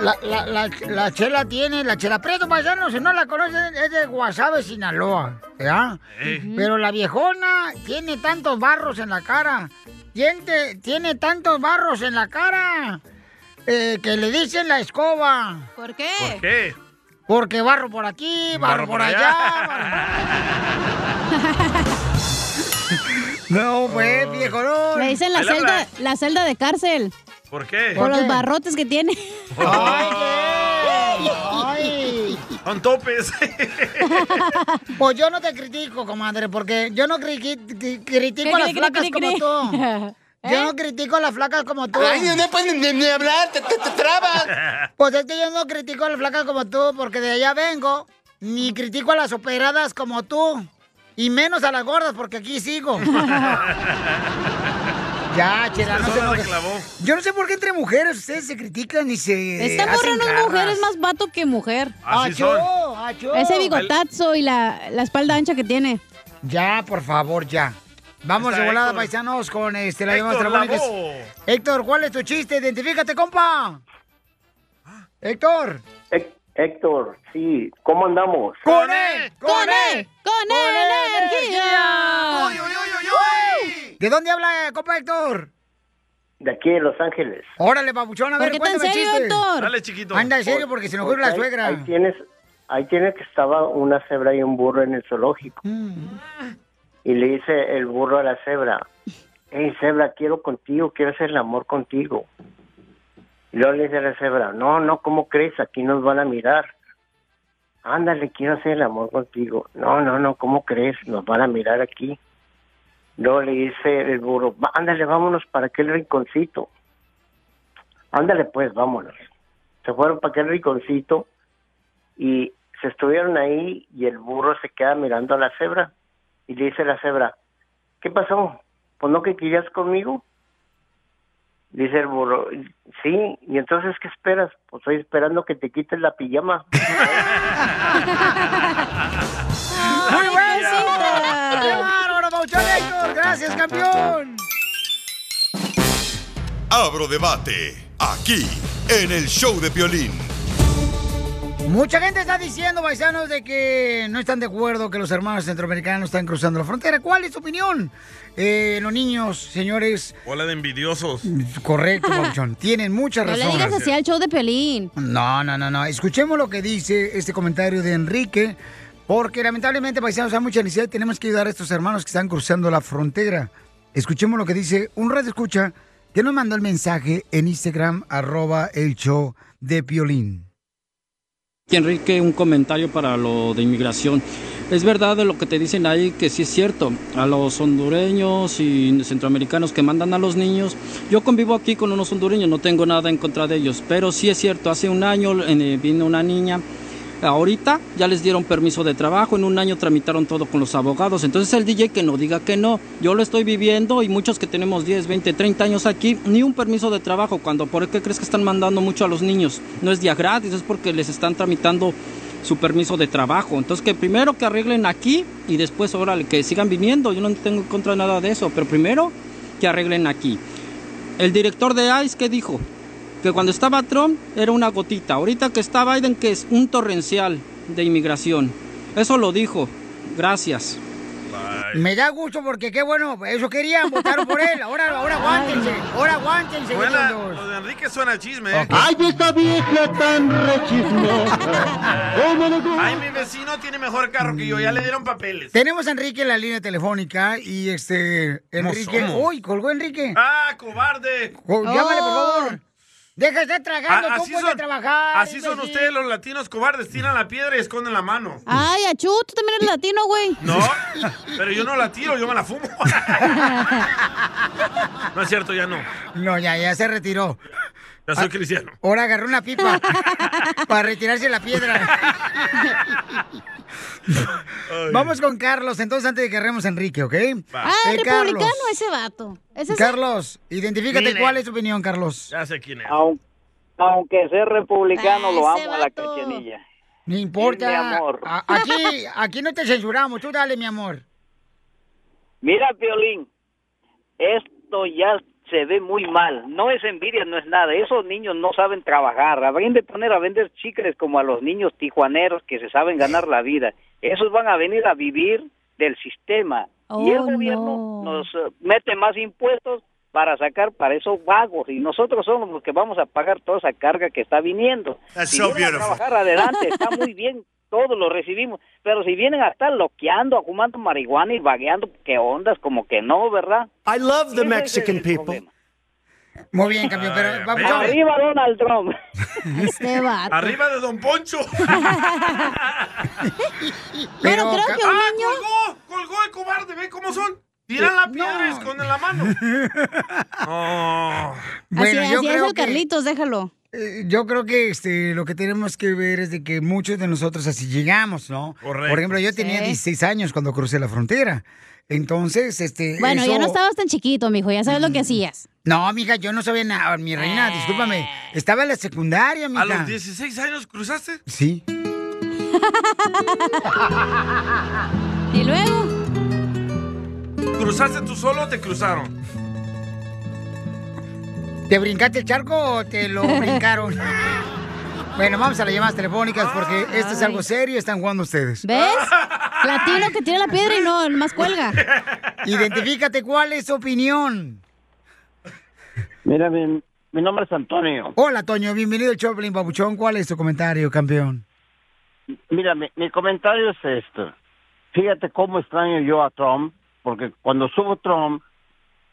la, la- la- la chela tiene, la chela preto, paisano, si no la conocen, es de Guasave, Sinaloa. ¿verdad?
Ey.
Pero la viejona tiene tantos barros en la cara. Tiene, tiene tantos barros en la cara eh, que le dicen la escoba.
¿Por qué?
¿Por qué?
Porque barro por aquí, barro, por allá. No, pues, viejo, no.
Le dicen la
Ahí le
celda,
hablas.
la celda de cárcel.
¿Por qué?
Por los barrotes que tiene.
Ay.
Con topes.
Pues yo no te critico, comadre, porque yo no cri- cri- critico a las
cri- cri-
flacas
cri-
como
cri?
tú.
¿Eh?
Yo no critico a las flacas como tú.
Ay, no, no
puedes ni, hablar, te, trabas. Pues es que yo no critico a las flacas como tú, porque de allá vengo, ni critico a las operadas como tú, y menos a las gordas, porque aquí sigo. Ya, chela, no
Eso
se
la
enojes.
clavó.
Yo no sé por qué entre mujeres ustedes se critican y se.
Esta morra
hacen
no es
garras. Ah,
mujer, es más vato que mujer.
Así Achú, son. achú.
Ese bigotazo y la, la espalda ancha que tiene.
Ya, por favor, ya. Vamos
Está
de volada,
Héctor.
paisanos, con este, la
Héctor
llamada telefónica.
Lavoe.
Héctor, ¿cuál es tu chiste? Identifícate, compa. Héctor.
Héctor, sí, ¿cómo andamos?
¡Con él! ¡Con él!
¡Con
él,
energía!
¡Uy, uy, uy, uy, uy! ¿De dónde habla, eh, compa Héctor?
De aquí de Los Ángeles.
Órale, papuchón, a
¿Por
ver,
qué tan
cuéntame
serio,
chistes.
Héctor? Dale, chiquito.
Anda, en serio, porque se nos ocurre
Porque
la
ahí-
suegra.
Ahí tienes, ahí tienes que estaba una cebra y un burro en el zoológico.
Mm.
Y le dice el burro a la cebra, hey cebra, quiero contigo, quiero hacer el amor contigo. Y luego le dice a la cebra, no, no, ¿cómo crees? Aquí nos van a mirar. Ándale, quiero hacer el amor contigo. No, no, no, ¿cómo crees? Nos van a mirar aquí. Luego le dice el burro, "Va, ándale, vámonos para aquel rinconcito. Ándale, pues, vámonos. Se fueron para aquel rinconcito y se estuvieron ahí y el burro se queda mirando a la cebra y le dice a la cebra, ¿qué pasó? ¿Pues no que querías conmigo? Dice el burro, sí, y entonces ¿qué esperas? Pues estoy esperando que te quites la pijama.
¡Muy bueno! ¡Qué bárbaro, papuchón Héctor! ¡Gracias, campeón!
Abro debate aquí en el show de Piolín.
Mucha gente está diciendo, paisanos, de que no están de acuerdo que los hermanos centroamericanos están cruzando la frontera. ¿Cuál es tu opinión? Eh, los niños, señores,
Hola de envidiosos.
correcto, Papuchón, tienen mucha
No
razón.
le digas así al show de Pelín.
No, no, no, no. Escuchemos lo que dice este comentario de Enrique, porque lamentablemente, paisanos, hay mucha necesidad y tenemos que ayudar a estos hermanos que están cruzando la frontera. Escuchemos lo que dice un red escucha que nos mandó el mensaje en Instagram, arroba el show de Piolín.
Enrique, un comentario para lo de inmigración. Es verdad de lo que te dicen ahí, que sí es cierto. A los hondureños y centroamericanos que mandan a los niños, yo convivo aquí con unos hondureños, no tengo nada en contra de ellos, pero sí es cierto, hace un año eh, vino una niña Ahorita ya les dieron permiso de trabajo, en un año tramitaron todo con los abogados. Entonces el DJ que no diga que no. Yo lo estoy viviendo y muchos que tenemos 10, 20, 30 años aquí, ni un permiso de trabajo. Cuando por qué crees que están mandando mucho a los niños? No es día gratis, es porque les están tramitando su permiso de trabajo. Entonces que primero que arreglen aquí y después órale que sigan viniendo. Yo no tengo en contra de nada de eso, pero primero que arreglen aquí. El director de ICE que dijo que cuando estaba Trump era una gotita, ahorita que está Biden que es un torrencial de inmigración. Eso lo dijo. Gracias.
Me da gusto porque qué bueno, eso querían, votaron por él. Ahora, ahora aguántense, ahora aguántense.
Suena-
gordos.
lo de Enrique suena chisme, ¿eh?
Ay,
esta vieja tan rechismosa.
¿Cómo le gusta?
Ay, mi vecino tiene mejor carro que yo, ya le dieron papeles.
Tenemos a Enrique en la línea telefónica y este. Enrique.
somos?
¡Uy, colgó Enrique!
¡Ah, cobarde!
Co- Oh, Llámale, por
Oh.
favor. Deja de estar tragando,
Ah,
tú
así
puedes
son-
trabajar.
Así son
imbécil.
ustedes los latinos cobardes, tiran la piedra y esconden la mano.
Ay, Achú, tú también eres latino, güey.
No, pero yo no la tiro, yo me la fumo. No es cierto, ya no.
No, ya, ya se retiró.
Ya
Ah,
soy cristiano.
Ahora agarró una pipa para retirarse la piedra. Vamos con Carlos, entonces antes de que agarremos a Enrique, ¿ok?
Ah,
Eh,
republicano
Carlos.
ese vato. Ese es-
Carlos, identifícate,
Mire.
¿cuál es tu opinión, Carlos?
Ya sé quién es.
Aunque, aunque sea republicano,
Ah,
lo
ese
amo a la cachanilla.
No importa.
Mi amor.
A- Aquí, aquí no te censuramos, tú dale, mi amor.
Mira, Violín, esto ya se ve muy mal. No es envidia, no es nada. Esos niños no saben trabajar. Habrían de poner a vender chicles como a los niños tijuaneros que se saben ganar la vida. Esos van a venir a vivir del sistema. y el
Oh,
gobierno nos eh, mete más impuestos para sacar para esos vagos. Y nosotros somos los que vamos a pagar toda esa carga que está viniendo.
That's
si
so
vienen a
beautiful.
trabajar adelante, está muy bien. Todos lo recibimos, pero si vienen a estar loqueando, fumando marihuana y vagueando, ¿qué ondas? Como que no, ¿verdad? I love
the Mexican people.
Muy bien, campeón, pero vamos a ver.
Arriba Donald Trump.
Este vato.
Arriba de Don Poncho.
Pero creo que un
¡Ah,
niño- Eh,
colgó! ¡Colgó el cobarde! ¿Ve cómo son? Tiran la piedra y esconden la mano. Oh.
Bueno,
así
yo
así es
creo
el
que-
Carlitos, déjalo.
Eh, Yo creo que este, lo que tenemos que ver es de que muchos de nosotros así llegamos, ¿no?
Correcto.
Por ejemplo, yo tenía
Sí.
16 años cuando crucé la frontera. Entonces, este.
Bueno,
eso-
ya no estabas tan chiquito, mijo, ya sabes lo que hacías.
No, mija, yo no sabía nada. Mi reina,
Eh.
discúlpame. Estaba en la secundaria, mija.
¿A los 16 años cruzaste?
Sí.
Y luego,
¿Cruzaste tú solo o te cruzaron?
¿Te brincaste el charco o te lo brincaron? bueno, vamos a las llamadas telefónicas porque esto es algo serio. Están jugando ustedes.
¿ves? Latino que tira la piedra y no, más cuelga.
Identifícate cuál es tu opinión.
Mira, mi, mi nombre es Antonio.
Hola, Toño. Bienvenido al Choplin, babuchón. ¿Cuál es tu comentario, campeón?
Mira, mi, mi comentario es esto. Fíjate cómo extraño yo a Trump, porque cuando subo Trump,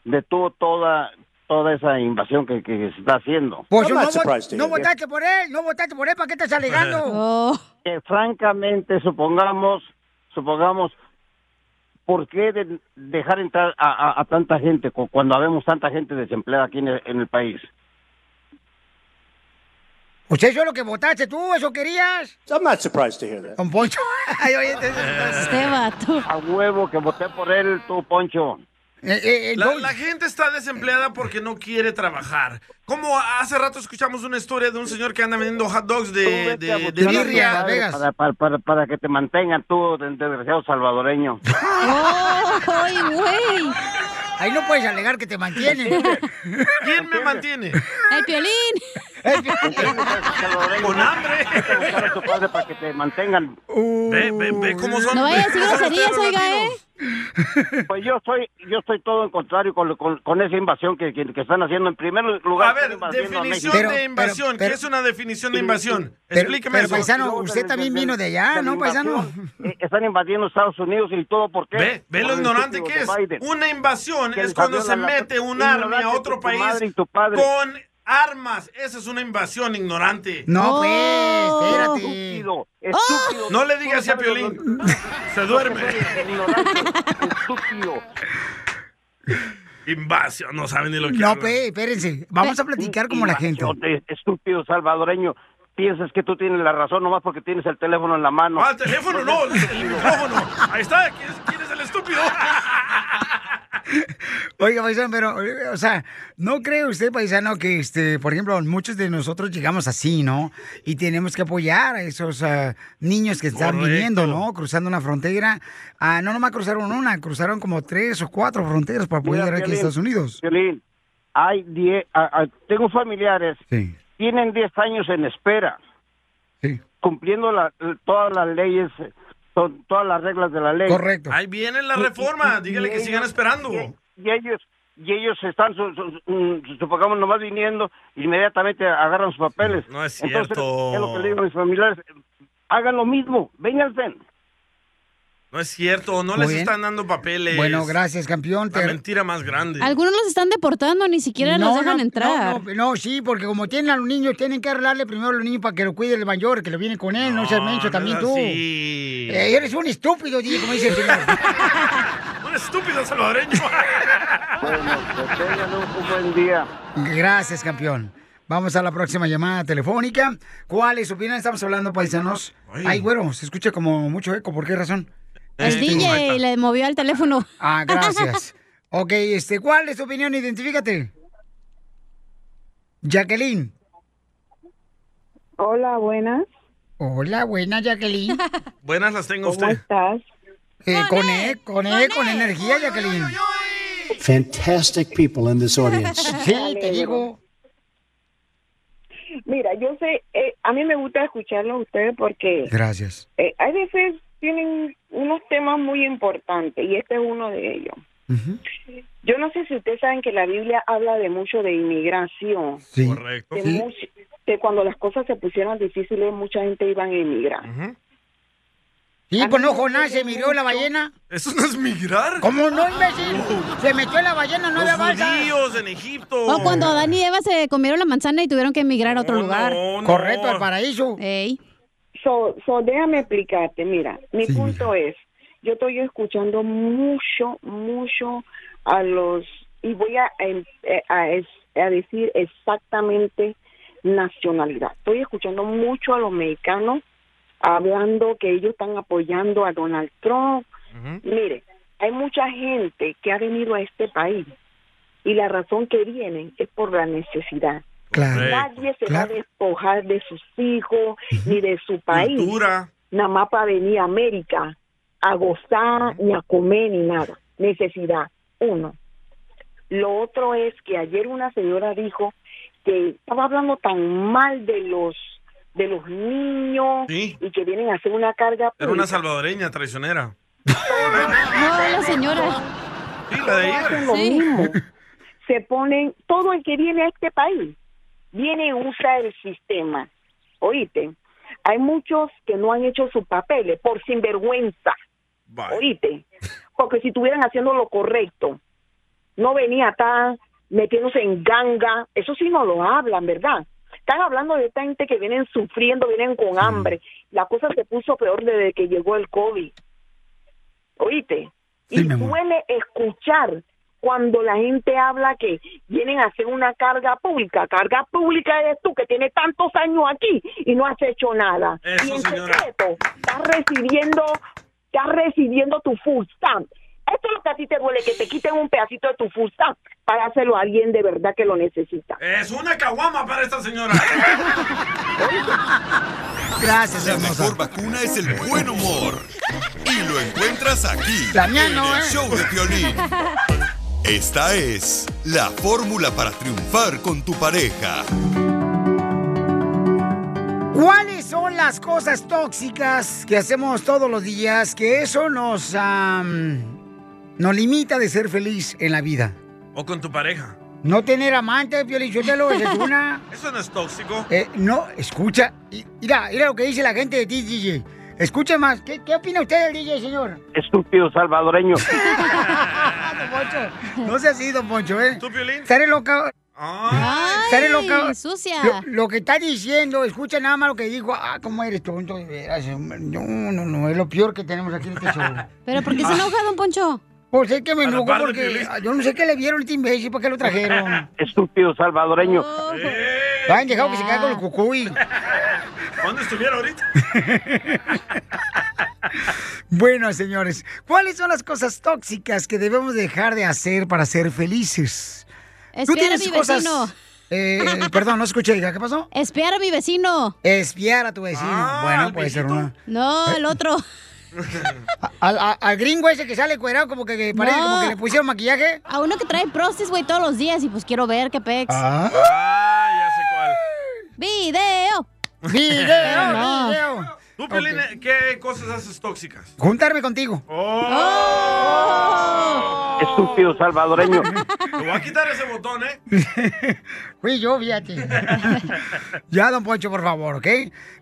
detuvo toda toda esa invasión que, que se está haciendo.
Pues no, vot- no votaste por él, no votaste por él, ¿para qué estás alegando?
Oh.
Que francamente, supongamos, supongamos, ¿por qué de- dejar entrar a, a- a tanta gente cu- cuando habemos tanta gente desempleada aquí en el, en el país?
Pues eso es lo que votaste tú, eso querías.
I'm not surprised to hear that.
Don Poncho. Ay, oye, te- te-
Este vato.
A huevo que voté por él, tú, Poncho.
Eh,
La, la gente está desempleada porque no quiere trabajar. Como hace rato escuchamos una historia de un señor que anda vendiendo hot dogs de, de, de birria.
Para, para, para, para que te mantengan tú, desgraciado salvadoreño.
¡Oh, ¡Ay, güey! Ahí no puedes alegar que te mantienen.
¿Quién me mantiene?
El piolín.
Con hambre.
para que te mantengan.
Ve, ve, ve cómo son.
No vaya a decir
cómo son ustedes
groserías,
los
oiga,
latinos.
Pues yo estoy, yo estoy todo en contrario con, lo- con, con esa invasión que, que, que están haciendo. En primer lugar,
A ver,
están invadiendo a
definición
México.
de invasión. ¿Qué es una definición de invasión?
Pero-
Explíqueme
pero,
eso.
paisano, usted también vino de allá, ¿no, paisano? Eh, Están invadiendo Estados Unidos y todo por qué.
Ve, ve lo
Por el
ignorante que es.
estúpido de Biden.
Una invasión
Que
es
les
cuando
abrió
se
la-
mete un
ignorante
arma a otro
tu madre y
país
tu padre.
con armas. Esa es una invasión ignorante.
No, pues, Oh. espérate.
Estúpido,
estúpido.
No le digas a Piolín. Se duerme. Invasión, no saben ni lo que
No, pues,
hablan.
pe, espérense. Vamos a platicar como la gente.
Invasión de Estúpido salvadoreño.
piensas que tú tienes la razón nomás porque tienes el teléfono en la mano.
Ah, el teléfono no, el el micrófono. Ahí está, ¿quién es, quién es el estúpido?
Oiga, paisano, pero, eh, o sea, ¿no cree usted, paisano, que, este, por ejemplo, muchos de nosotros llegamos así, ¿no? Y tenemos que apoyar a esos ah, niños que están
Correcto.
viniendo, ¿no? Cruzando una frontera. Ah, no nomás cruzaron una, cruzaron como tres o cuatro fronteras para poder
Mira,
llegar aquí a
Piolín,
Estados Unidos.
Piolín, hay 10, a- a- tengo familiares, tienen 10 años en espera, cumpliendo la- todas las leyes, son todas las reglas de la ley.
Ahí viene la reforma, dígale que sigan esperando.
Y ellos, y ellos están, su- su- mm, supongamos, nomás viniendo, inmediatamente agarran sus papeles.
No es
Entonces,
cierto.
es lo que le digo a mis familiares, hagan lo mismo, vénganse.
No es cierto, no
Muy
les
bien.
están dando papeles.
Bueno, gracias, campeón.
La mentira más grande.
Algunos los están deportando, ni siquiera los dejan
no,
entrar.
No, no, sí, porque como tienen a los niños, tienen que arreglarle primero a los niños para que lo cuide el mayor, que lo viene con él, no, seas
Ah,
mencho también tú. Eh, eres un estúpido, DJ, como dice el señor.
Un estúpido salvadoreño.
un buen día.
Gracias, campeón. Vamos a la próxima llamada telefónica. ¿Cuál es su opinión? Estamos hablando, paisanos.
Ay.
Ay, güero, se escucha como mucho eco. ¿Por qué razón? Este,
El DJ le movió al teléfono.
Ah, gracias. ok, este, ¿cuál es tu opinión? Identifícate. Jacqueline.
Hola, buenas.
Hola, buena Jacqueline.
Buenas las tengo
¿Cómo
usted.
estás?
Eh, con E, con E, con energía, Jacqueline.
Fantastic people in this audience.
Sí, te digo.
Mira, yo sé, eh, a mí me gusta escucharlo a ustedes porque
Gracias.
eh, hay veces tienen unos temas muy importantes y este es uno de ellos. Yo no sé si ustedes saben que la Biblia habla de mucho de inmigración.
Sí.
Correcto. De, much- de cuando las cosas se pusieron difíciles, mucha gente iba a emigrar.
Y con ojo nace se miró la ballena.
¿Eso no es migrar?
¿Cómo no, imbécil? Se metió en la ballena, no
Los
había balsa.
judíos en Egipto.
O cuando Adán y Eva se comieron la manzana y tuvieron que emigrar a otro lugar.
Correcto, al paraíso.
So, so, déjame explicarte, mira, mi punto es, yo estoy escuchando mucho, mucho a los, y voy a, em, eh, a es- a decir exactamente nacionalidad. Estoy escuchando mucho a los mexicanos hablando que ellos están apoyando a Donald Trump. Mire, hay mucha gente que ha venido a este país y la razón que vienen es por la necesidad. Nadie se va a despojar de sus hijos ni de su país. Nada más para venir a América a gozar, ni a comer, ni nada. Necesidad, uno. Lo otro es que ayer una señora dijo que estaba hablando tan mal de los de los niños y que vienen a hacer una carga.
Era una
pública.
salvadoreña traicionera.
No,
la señora.
Sí, la de ayer.
hacen lo mismo. Se ponen, todo el que viene a este país, viene y usa el sistema. Oíste, hay muchos que no han hecho sus papeles por sinvergüenza. Oíste, porque si estuvieran haciendo lo correcto, no venía acá metiéndose en ganga, eso sí no lo hablan, ¿verdad? Están hablando de esta gente que vienen sufriendo, vienen con hambre. La cosa se puso peor desde que llegó el COVID. ¿Oíste?
Sí,
y
mi amor.
duele escuchar cuando la gente habla que vienen a hacer una carga pública. Carga pública eres tú que tienes tantos años aquí y no has hecho nada.
Eso,
y en
señora.
secreto estás recibiendo, estás recibiendo tu full stamp. Esto es lo que a ti te duele, que te quiten un pedacito de tu full stamp para dárselo a alguien de verdad que lo necesita.
Es una caguama para esta señora.
Gracias,
La mejor vacuna es el buen humor. Y lo encuentras aquí, en el show de Piolín. Esta es la fórmula para triunfar con tu pareja.
¿Cuáles son las cosas tóxicas que hacemos todos los días que eso nos, am, nos limita de ser feliz en la vida?
O con tu pareja.
No tener amante, Piolichotelo, es una...
Eso no es tóxico.
Eh, no, escucha. y- Mira, mira lo que dice la gente de ti, DJ. Escucha más. ¿Qué, qué opina usted del DJ, señor?
Estúpido salvadoreño.
Don Poncho. No sea así, don Poncho, ¿eh? ¿Tú, Piolín? Estaré loca.
Ay,
Estaré loca.
sucia.
Lo, lo que está diciendo, escucha nada más lo que dijo. Ah, cómo eres tonto, de veras. No, no, no, es lo peor que tenemos aquí en este show.
¿Pero por qué se enoja, don Poncho?
Pues es que me
A la
enojo
par de
porque
Piolín.
ah, yo no sé qué le vieron a este imbécil, ¿para qué lo trajeron?
Estúpido salvadoreño.
Lo han dejado que se caiga con el cucuy.
¿Dónde estuviera ahorita?
Bueno, señores, ¿cuáles son las cosas tóxicas que debemos dejar de hacer para ser felices?
Espiar a mi vecino.
eh, perdón, no escuché, ¿qué pasó?
Espiar a mi vecino. Ah,
Espiar a tu vecino. bueno, puede ser una. Eh.
No, al otro.
Al, a- al gringo ese que sale cuerado, como que, que parece
No.
como que le pusieron maquillaje.
A uno que trae prostis, güey, todos los días y pues quiero ver qué pex.
Ah.
¡Video!
Video,
No.
video.
Tú, Piolín, ¿qué cosas haces tóxicas?
Juntarme contigo. Oh.
Estúpido salvadoreño.
Te voy a quitar ese botón, ¿eh?
Fui yo, fíjate. ya, don Poncho, por favor, ¿ok?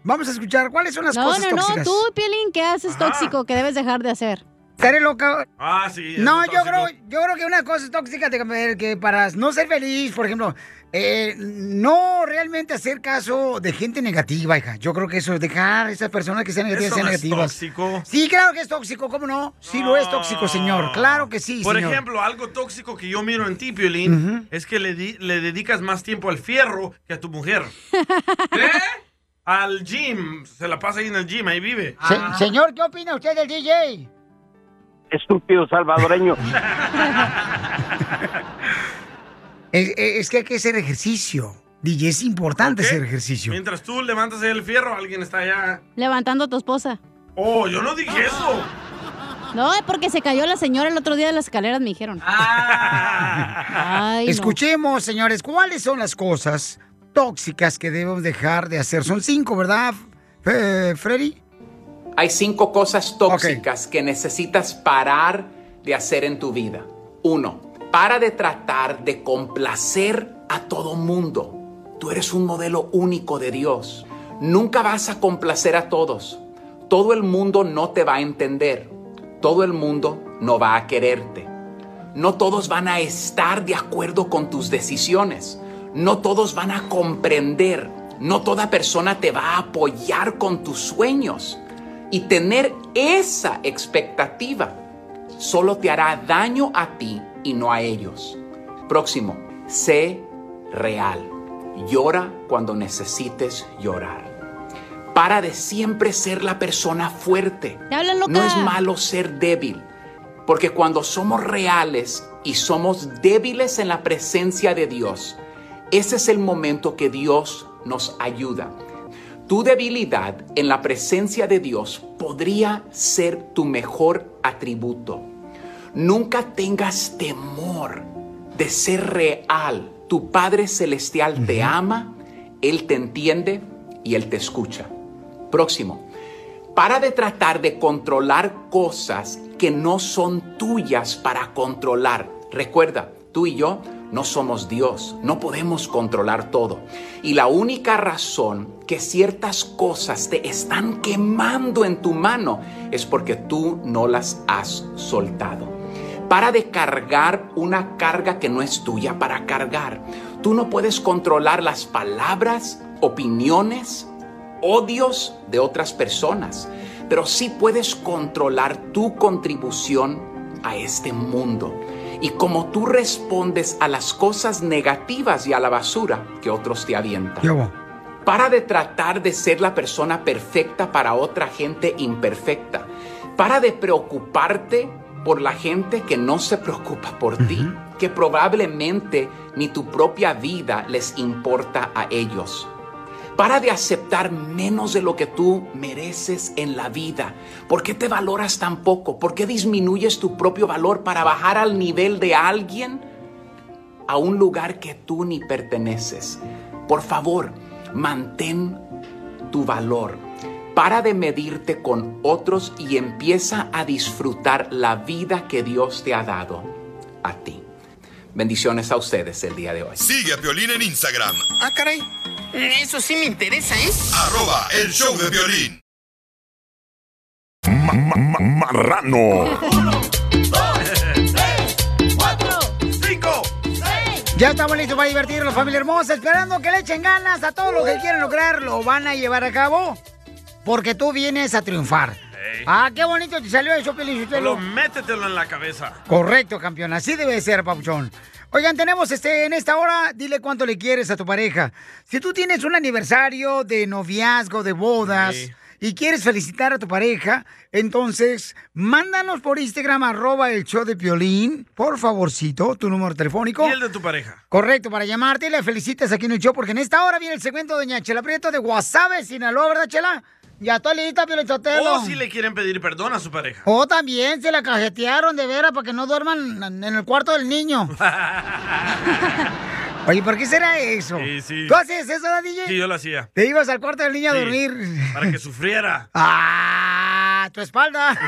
Vamos a escuchar cuáles son las
No,
cosas
no, no,
tóxicas.
tú, Pielín, ¿qué haces tóxico que debes dejar de hacer?
Estaré loca.
Ah, sí. es
No,
un
yo
tóxico.
creo, yo creo que una cosa tóxica de- que para no ser feliz, por ejemplo, eh, no realmente hacer caso de gente negativa, hija. Yo creo que eso es dejar a esas personas que sean negativas
Eso
sean
no es
negativas.
tóxico.
Sí, claro que es tóxico, ¿cómo no? Sí lo es tóxico, señor. Claro que sí,
Ah. Por
señor.
ejemplo, algo tóxico que yo miro en ti, Piolín,
Ujú.
es que le, di- le dedicas más tiempo al fierro que a tu mujer. ¿Eh? Al gym. Se la pasa ahí en el gym, ahí vive.
Se- señor, ¿qué opina usted del DJ?
Estúpido salvadoreño.
Es, es- es que hay que hacer ejercicio. DJ, es importante hacer ejercicio.
Mientras tú levantas ahí el fierro, alguien está allá.
Levantando a tu esposa.
Oh, yo no
Ah.
dije eso.
No, es porque se cayó la señora el otro día de las escaleras, me dijeron.
Ah.
Ay, no.
Escuchemos, señores, cuáles son las cosas tóxicas que debemos dejar de hacer. Son cinco, ¿verdad, Fe- Freddy?
Hay cinco cosas tóxicas que necesitas parar de hacer en tu vida. Uno, para de tratar de complacer a todo mundo. Tú eres un modelo único de Dios. Nunca vas a complacer a todos. Todo el mundo no te va a entender. Todo el mundo no va a quererte. No todos van a estar de acuerdo con tus decisiones. No todos van a comprender. No toda persona te va a apoyar con tus sueños. Y tener esa expectativa solo te hará daño a ti y no a ellos. Próximo, sé real. Llora cuando necesites llorar. Para de siempre ser la persona fuerte.
Te hablan loca.
No es malo ser débil, porque cuando somos reales y somos débiles en la presencia de Dios, ese es el momento que Dios nos ayuda. Tu debilidad en la presencia de Dios podría ser tu mejor atributo. Nunca tengas temor de ser real. Tu Padre Celestial te ama, Él te entiende y Él te escucha. Próximo. Para de tratar de controlar cosas que no son tuyas para controlar. Recuerda, tú y yo no somos Dios, no podemos controlar todo. Y la única razón que ciertas cosas te están quemando en tu mano es porque tú no las has soltado. Para de cargar una carga que no es tuya para cargar. Tú no puedes controlar las palabras, opiniones, odios de otras personas, pero sí puedes controlar tu contribución a este mundo. Y como tú respondes a las cosas negativas y a la basura que otros te avientan. Para de tratar de ser la persona perfecta para otra gente imperfecta. Para de preocuparte por la gente que no se preocupa por ti, que probablemente ni tu propia vida les importa a ellos. Para de aceptar menos de lo que tú mereces en la vida. ¿Por qué te valoras tan poco? ¿Por qué disminuyes tu propio valor para bajar al nivel de alguien a un lugar que tú ni perteneces? Por favor, mantén tu valor. Para de medirte con otros y empieza a disfrutar la vida que Dios te ha dado a ti. Bendiciones a ustedes el día de hoy.
Sigue a Piolín en Instagram,
Ah, caray.
Eso sí me interesa, ¿eh?
arroba el show de Piolín.
Ma- ma- ma- Marrano.
¡Cinco!
Ya estamos listos para divertirnos, familia hermosa, esperando que le echen ganas a todo lo que quieren lograr, lo van a llevar a cabo, porque tú vienes a triunfar. Ah, qué bonito te salió eso, Pio Lizotelo.
Solo métetelo en la cabeza.
Correcto, campeón, así debe ser, Papuchón. Oigan, tenemos este en esta hora, dile cuánto le quieres a tu pareja. Si tú tienes un aniversario de noviazgo, de bodas.
Sí.
Y quieres felicitar a tu pareja, entonces mándanos por Instagram arroba el show de Piolín, por favorcito, tu número telefónico.
Y el de tu pareja.
Correcto, para llamarte y le felicitas aquí en el show, porque en esta hora viene el segmento de Doña Chela Prieto de Guasave, Sinaloa, ¿verdad, Chela? Ya está lista, Piolín Sotelo.
O si le quieren pedir perdón a su pareja.
O Oh, también se la cajetearon de veras para que no duerman en el cuarto del niño. Oye, ¿por qué será eso?
Sí, sí.
¿Tú haces eso, ¿verdad, DJ?
Sí, yo lo hacía.
Te ibas al cuarto del niño a
Sí,
dormir.
Para que sufriera.
¡Ah! ¡Tu espalda!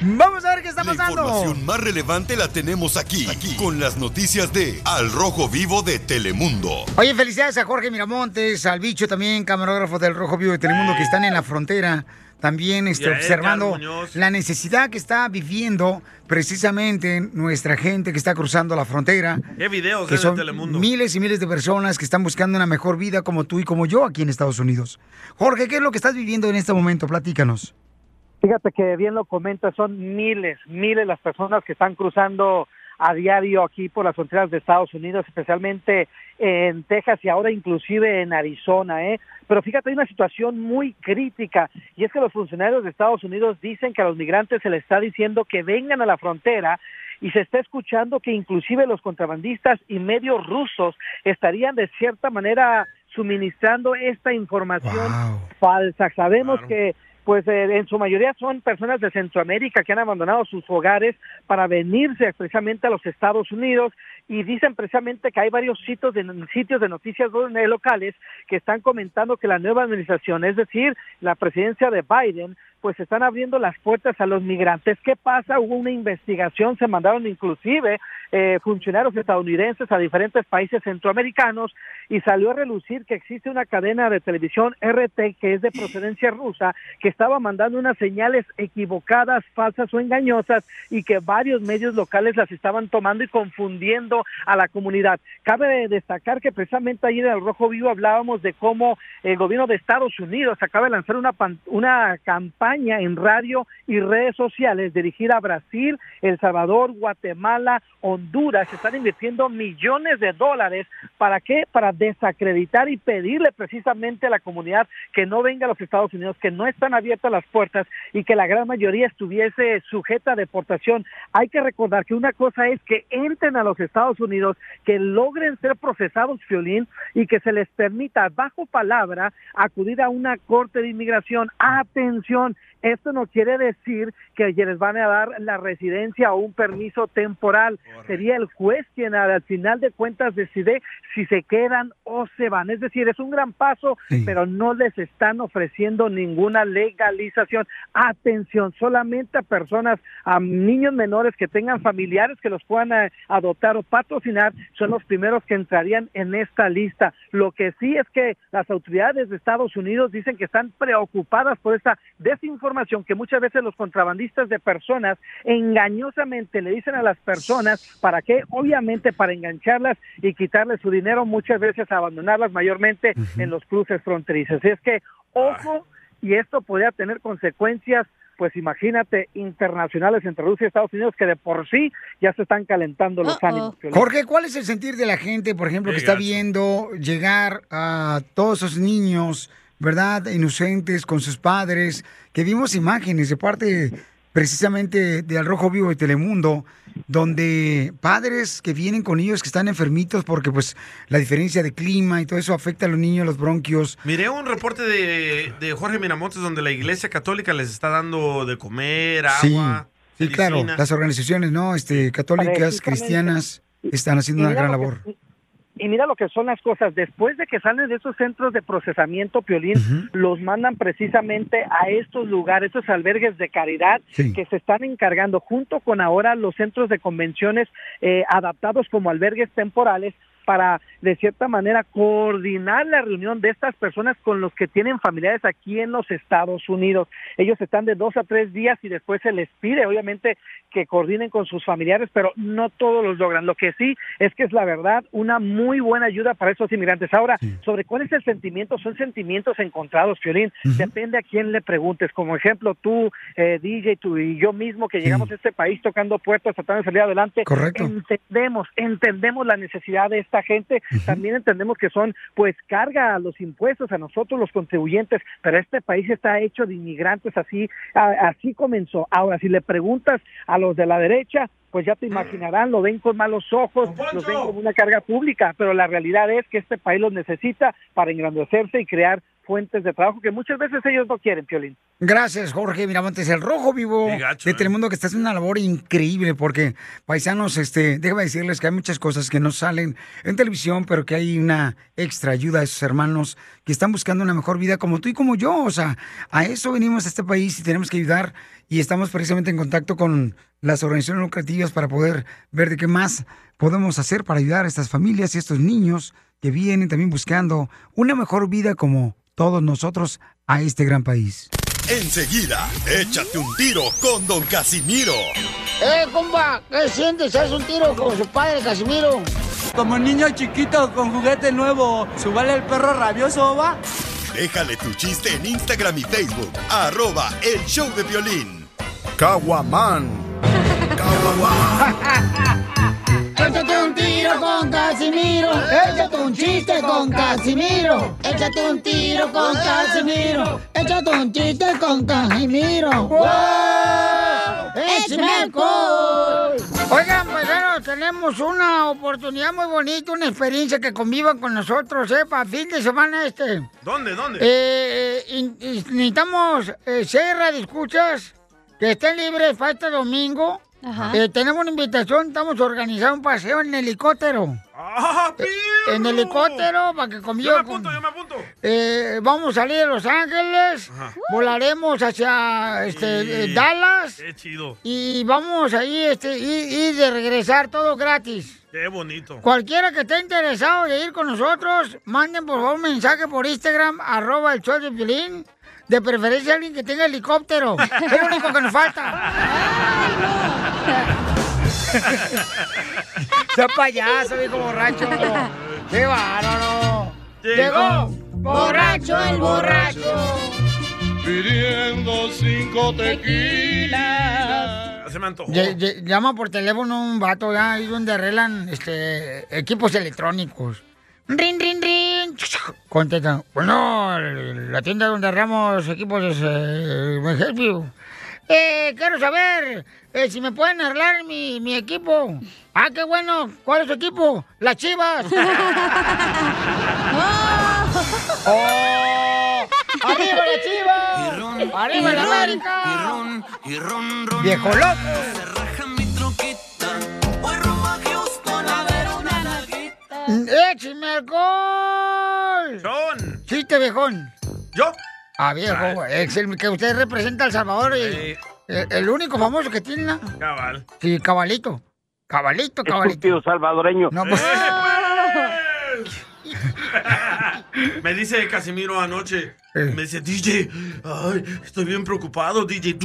Vamos a ver qué está
La
pasando.
información más relevante la tenemos aquí, aquí, con las noticias de Al Rojo Vivo de Telemundo.
Oye, felicidades a Jorge Miramontes, al bicho también, camarógrafo del Rojo Vivo de Telemundo, que están en la frontera, también este,
Y a Edgar
observando
Muñoz.
la necesidad que está viviendo precisamente nuestra gente que está cruzando la frontera.
¿Qué videos
que
es de
son
Telemundo?
miles y miles de personas que están buscando una mejor vida como tú y como yo aquí en Estados Unidos. Jorge, ¿qué es lo que estás viviendo en este momento? Platícanos.
Fíjate que bien lo comenta, son miles, miles las personas que están cruzando a diario aquí por las fronteras de Estados Unidos, especialmente en Texas y ahora inclusive en Arizona, ¿eh? Pero fíjate, hay una situación muy crítica y es que los funcionarios de Estados Unidos dicen que a los migrantes se les está diciendo que vengan a la frontera y se está escuchando que inclusive los contrabandistas y medios rusos estarían de cierta manera suministrando esta información falsa. Sabemos que pues eh, en su mayoría son personas de Centroamérica que han abandonado sus hogares para venirse precisamente a los Estados Unidos y dicen precisamente que hay varios sitios de, sitios de noticias do- eh, locales que están comentando que la nueva administración, es decir, la presidencia de Biden, pues están abriendo las puertas a los migrantes. ¿Qué pasa? Hubo una investigación, se mandaron inclusive eh, funcionarios estadounidenses a diferentes países centroamericanos y salió a relucir que existe una cadena de televisión RT que es de procedencia rusa que estaba mandando unas señales equivocadas, falsas o engañosas y que varios medios locales las estaban tomando y confundiendo a la comunidad. Cabe destacar que precisamente ayer en el Rojo Vivo hablábamos de cómo el gobierno de Estados Unidos acaba de lanzar una, pan- una campaña en radio y redes sociales dirigida a Brasil, El Salvador, Guatemala, Honduras. Están invirtiendo millones de dólares. ¿Para qué? Para desacreditar y pedirle precisamente a la comunidad que no venga a los Estados Unidos, que no están abiertas las puertas y que la gran mayoría estuviese sujeta a deportación. Hay que recordar que una cosa es que entren a los Estados Unidos, que logren ser procesados, Fiolín, y que se les permita, bajo palabra, acudir a una corte de inmigración. Atención, esto no quiere decir que les van a dar la residencia o un permiso temporal. Sería el juez quien al al final de cuentas decide si se quedan o se van. Es decir, es un gran paso, pero no les están ofreciendo ninguna legalización. Atención, solamente a personas, a niños menores que tengan familiares que los puedan eh, adoptar o patrocinar, son los primeros que entrarían en esta lista. Lo que sí es que las autoridades de Estados Unidos dicen que están preocupadas por esta desinformación que muchas veces los contrabandistas de personas engañosamente le dicen a las personas para qué, obviamente para engancharlas y quitarles su dinero, muchas veces abandonarlas mayormente en los cruces fronterizos. Así es que, ojo, y esto podría tener consecuencias pues imagínate, internacionales entre Rusia y Estados Unidos, que de por sí ya se están calentando los ánimos. Piolín.
Jorge, ¿cuál es el sentir de la gente, por ejemplo, que
Qué
está
gacho.
viendo llegar a todos esos niños, ¿verdad? Inocentes con sus padres, que vimos imágenes de parte precisamente de Al Rojo Vivo de Telemundo, donde padres que vienen con niños que están enfermitos porque pues la diferencia de clima y todo eso afecta a los niños, los bronquios.
Miré un reporte de, de Jorge Miramontes donde la iglesia católica les está dando de comer, agua.
Sí, claro,
medicina.
las organizaciones, ¿no? Este, católicas,
Precisamente.
cristianas, están haciendo
Y
una
mira
gran
lo que-
labor.
y mira lo que son las cosas. Después de que salen de esos centros de procesamiento, Piolín, los mandan precisamente a estos lugares, estos albergues de caridad que se están encargando, junto con ahora los centros de convenciones eh, adaptados como albergues temporales para de cierta manera coordinar la reunión de estas personas con los que tienen familiares aquí en los Estados Unidos. Ellos están de dos a tres días y después se les pide, obviamente, que coordinen con sus familiares, pero no todos los logran. Lo que sí es que es la verdad una muy buena ayuda para esos inmigrantes. Ahora, sobre cuál es el sentimiento, son sentimientos encontrados, Fiolín. Depende a quién le preguntes. Como ejemplo, tú, eh, DJ, tú y yo mismo que llegamos a este país tocando puertas, tratando de salir adelante.
Correcto.
Entendemos, entendemos la necesidad de esta gente. También entendemos que son, pues, carga a los impuestos, a nosotros los contribuyentes, pero este país está hecho de inmigrantes, así, a- así comenzó. Ahora, si le preguntas a los de la derecha, pues ya te imaginarán, lo ven con malos ojos, los ven como una carga pública, pero la realidad es que este país los necesita para engrandecerse y crear fuentes de trabajo que muchas veces ellos no quieren, Piolín.
Gracias, Jorge Miramontes, el rojo vivo de Telemundo, que está haciendo una labor increíble, porque, paisanos, este, déjame decirles que hay muchas cosas que no salen en televisión, pero que hay una extra ayuda a esos hermanos que están buscando una mejor vida como tú y como yo. O sea, a eso venimos a este país y tenemos que ayudar y estamos precisamente en contacto con las organizaciones lucrativas para poder ver de qué más podemos hacer para ayudar a estas familias y a estos niños que vienen también buscando una mejor vida como todos nosotros a este gran país.
Enseguida, échate un tiro con Don Casimiro.
¡Eh, compa! ¿Qué sientes? ¿Haz un tiro con su padre, Casimiro?
Como niño chiquito con juguete nuevo, ¿subale el perro rabioso, va?
Déjale tu chiste en Instagram y Facebook. Arroba el show de violín.
Caguaman.
Échate un tiro con Casimiro. Échate un chiste con Casimiro. Échate un tiro con Casimiro. Échate un chiste con Casimiro. ¡Wow!
¡Échame alcohol!
Oigan, pues bueno, tenemos una oportunidad muy bonita, una experiencia que conviva con nosotros, ¿eh? Para fin de semana este.
¿Dónde? ¿Dónde?
Eh, eh, in- in- necesitamos eh, seis radioescuchas que estén libres para este domingo.
Ajá.
Eh, tenemos una invitación, estamos organizando un paseo en helicóptero. Eh, en helicóptero para que conviva.
¡Ah, Yo me apunto,
con-
yo me apunto.
Eh, vamos a salir de Los Ángeles,
Ajá.
volaremos hacia este,
Sí.
eh, Dallas
Qué chido.
y vamos ahí este, y, y de regresar todo gratis.
Qué bonito.
Cualquiera que esté interesado de ir con nosotros, manden por favor un mensaje por Instagram, arroba el show de Piolín. De preferencia alguien que tenga helicóptero. Es lo único que nos falta. Sea payaso, viejo borracho. ¡Qué bárbaro!
Llegó
borracho el borracho.
Pidiendo cinco tequilas.
Se me antojó.
Lle- lle- llama por teléfono un vato ya ahí donde arreglan este equipos electrónicos. Rin, rin, rin. Contesta. Bueno, la tienda donde arreglamos equipos es eh, me help you. Eh, quiero saber eh, si me pueden arreglar mi, mi equipo. Ah, qué bueno. ¿Cuál es su equipo? Las chivas. ¡Oh! ¡Arriba las chivas! ¡Arriba la América!
Y ron, ron,
¡Viejo loco! ¡Écheme alcohol!
¡Son!
¡Chiste, viejón!
¿Yo?
Ah, viejo, es el que usted representa a El Salvador. y- el, el único famoso que tiene, ¿no?
Cabal.
Sí, cabalito. Cabalito, cabalito.
Estúpido salvadoreño.
No, pues-
Me dice Casimiro anoche. Me dice, DJ, ay, estoy bien preocupado, DJ.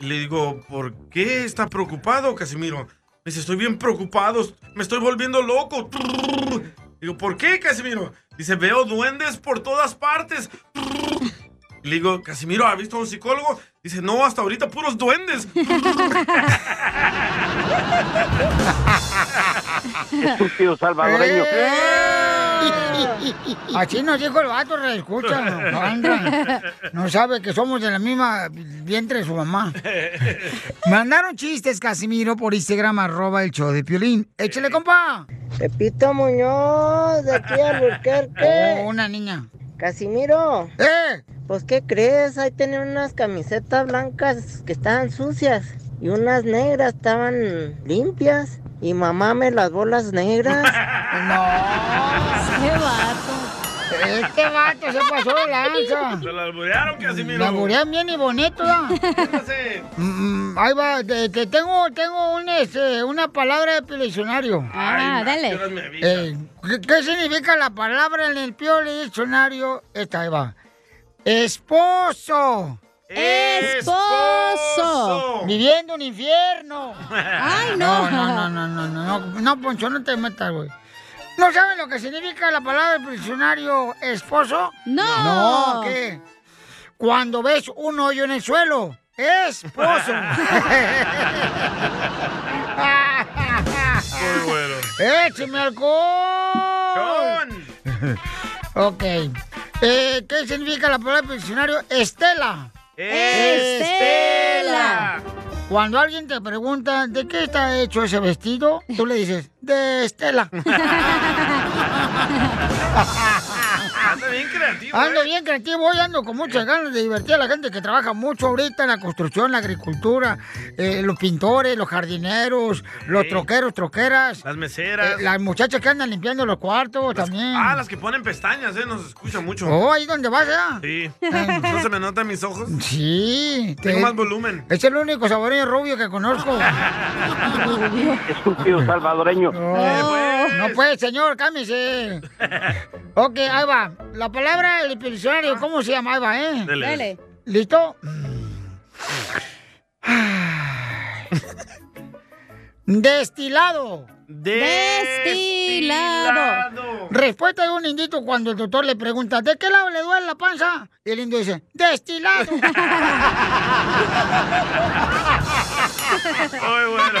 Y le digo, ¿por qué está preocupado, Casimiro? Me dice, estoy bien preocupado, me estoy volviendo loco. Digo, ¿por qué, Casimiro? Dice, veo duendes por todas partes. Y le digo, Casimiro, ¿ha visto a un psicólogo? Dice, no, hasta ahorita puros duendes.
Estúpido salvadoreño.
Eh. Así nos dijo el vato, reescucha. no, anda. No sabe que somos de la misma vientre de su mamá. Mandaron chistes, Casimiro, por Instagram, arroba el show de Piolín. Échale, compa.
Pepito Muñoz, de aquí a Burquerque.
Oh, una niña.
Casimiro.
¡Eh!
Pues, ¿qué crees? Ahí tenían unas camisetas blancas que estaban sucias y unas negras estaban limpias. Y mamá me las bolas negras.
no.
¡Qué vato! Eh,
Este vato se pasó de lanza.
Se la alburearon, Casimiro.
La murió bien y bonito, ¿da? Mm, mm, Ahí va, te, te tengo, tengo un, este, una palabra de diccionario.
Ah, Ay, dale. Max, ¿qué horas me avisas?
Eh, ¿qué, qué significa la palabra en el piole diccionario? Esta, ahí va. Esposo. esposo. Viviendo un infierno. Ay,
no.
No, no, no, no, no, no, no, Poncho, no te metas, güey. ¿No saben lo que significa la palabra del diccionario esposo?
No.
No, ¿qué? Cuando ves un hoyo en el suelo, esposo.
Muy bueno.
¡Écheme alcohol! ok. Eh, ¿Qué significa la palabra del diccionario? Estela.
Estela.
Cuando alguien te pregunta de qué está hecho ese vestido, tú le dices, de Estela.
Anda bien creativo. ¿eh?
Ando bien creativo, hoy ando con muchas ganas de divertir a la gente que trabaja mucho ahorita en la construcción, la agricultura, eh, los pintores, los jardineros, los
Sí.
troqueros, troqueras.
Las meseras.
Eh, las muchachas que andan limpiando los cuartos también.
Ah, las que ponen pestañas, ¿eh? Nos escucha mucho.
Oh, ahí donde vas, ¿eh?
Sí. ¿No se me notan mis ojos?
Sí.
Tengo más volumen.
Es el único saboreño rubio que conozco.
Estúpido salvadoreño.
Eh, Ah. pues,
No puede, señor, cámese. ok, ahí va. La palabra del
Ah.
diccionario, ¿cómo se llama? Ahí va, ¿eh?
Dele. Dele.
¿Listo? Destilado.
Destilado.
Respuesta de un indito cuando el doctor le pregunta, ¿de qué lado le duele la panza? Y el indio dice, destilado.
Muy bueno.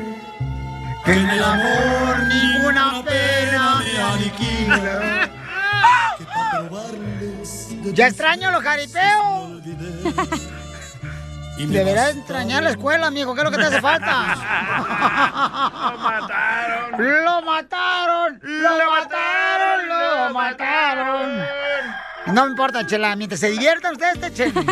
que en el amor ninguna pena me aniquila. Ya extraño los jaripeos. Deberás extrañar la escuela, amigo. ¿Qué es lo que te hace falta? Lo mataron. Lo mataron. Lo mataron. No me importa, Chela. Mientras se diviertan ustedes, te echen. Ah,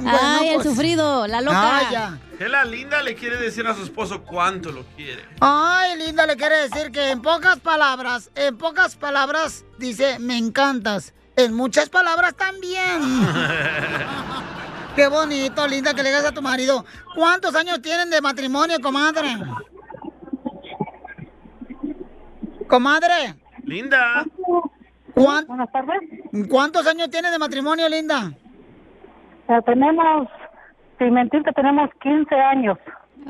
bueno,
Ay, el
pues.
sufrido, la loca.
Ah, ya.
Chela Linda le quiere decir a su esposo cuánto lo quiere.
Ay, Linda le quiere decir que en pocas palabras, en pocas palabras, dice, me encantas. En muchas palabras también. Qué bonito, Linda, que le digas a tu marido. ¿Cuántos años tienen de matrimonio, comadre? Comadre.
Linda.
Buenas tardes. ¿Cuántos años tienen de matrimonio, Linda?
tenemos, sin mentir, que tenemos 15 años.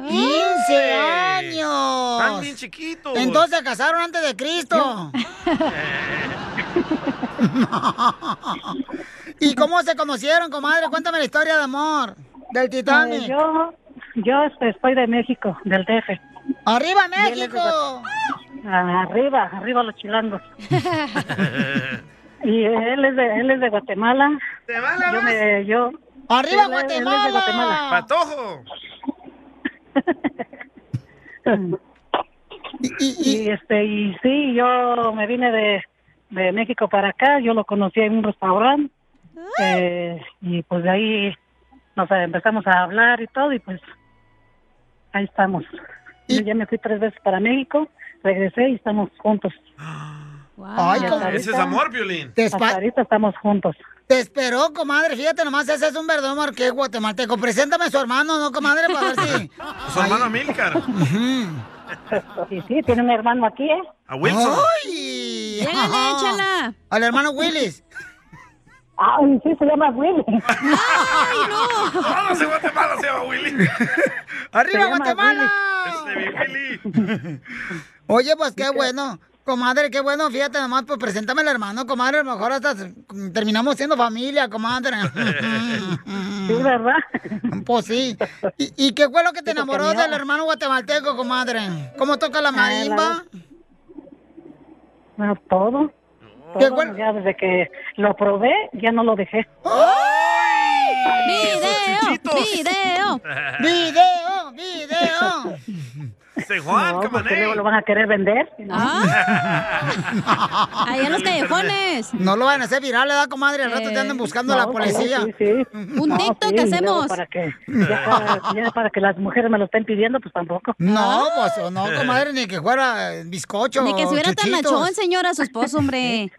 15 años.
Están bien
chiquitos.
Entonces se casaron antes de Cristo. ¿Y cómo se conocieron, comadre? Cuéntame la historia de amor del Titanic.
Eh, yo, yo este, soy de México, del DF.
Ah.
¡Arriba
México! Arriba, arriba los chilangos. y él es de, él es de Guatemala. Yo me- yo-
¡Arriba
él es- él es de
Guatemala!
Guatemala.
¡Patojo!
y este y sí yo me vine de, de México para acá yo lo conocí en un restaurante
Ah.
eh, y pues de ahí nos empezamos a hablar y todo y pues ahí estamos yo ya me fui tres veces para México regresé y estamos juntos
Ay,
Y hasta
comadre.
Ese es
ahorita-
amor, Violín.
hasta ahorita estamos juntos
Te esperó, comadre. Fíjate nomás, ese es un verdadero amor que es guatemalteco. Preséntame a su hermano, ¿no, comadre? Para ver si...
Su hermano Milcar.
y sí tiene un hermano aquí eh
A Wilson.
¡Ay!
Llégale, échala.
Al hermano Willis.
ay sí se llama Willy
¡Ay, no!
Todos en Guatemala se llama Willy.
¡Arriba
Se llama
Guatemala!
Este Willy.
Oye, pues qué bueno. Comadre, qué bueno, fíjate nomás, pues preséntame al hermano, comadre, a lo mejor hasta terminamos siendo familia, comadre.
sí verdad
Pues sí. ¿Y, y qué fue lo que te
Dijo que
enamoró
no.
del hermano guatemalteco, comadre? ¿Cómo toca la marimba?
No, todo. Todo, ya desde que lo probé, ya no lo dejé.
¡Video! ¡Video!
¡Video! ¡Video!
San Juan,
No,
come on,
porque luego
hey.
lo van a querer vender.
Ah,
Ah.
Ahí
en los callejones. Eh,
No lo van a hacer viral, ¿verdad, comadre? Al rato te andan buscando a la
No,
policía.
pues,
sí, sí.
Un
No,
TikTok
sí,
que
y luego
hacemos.
Para que, ya, para, ya para que las mujeres me lo estén pidiendo, pues tampoco.
No, pues o no, comadre, ni que fuera eh, bizcocho.
Ni que estuviera tan
chuchitos.
machón, señora, su esposo, hombre.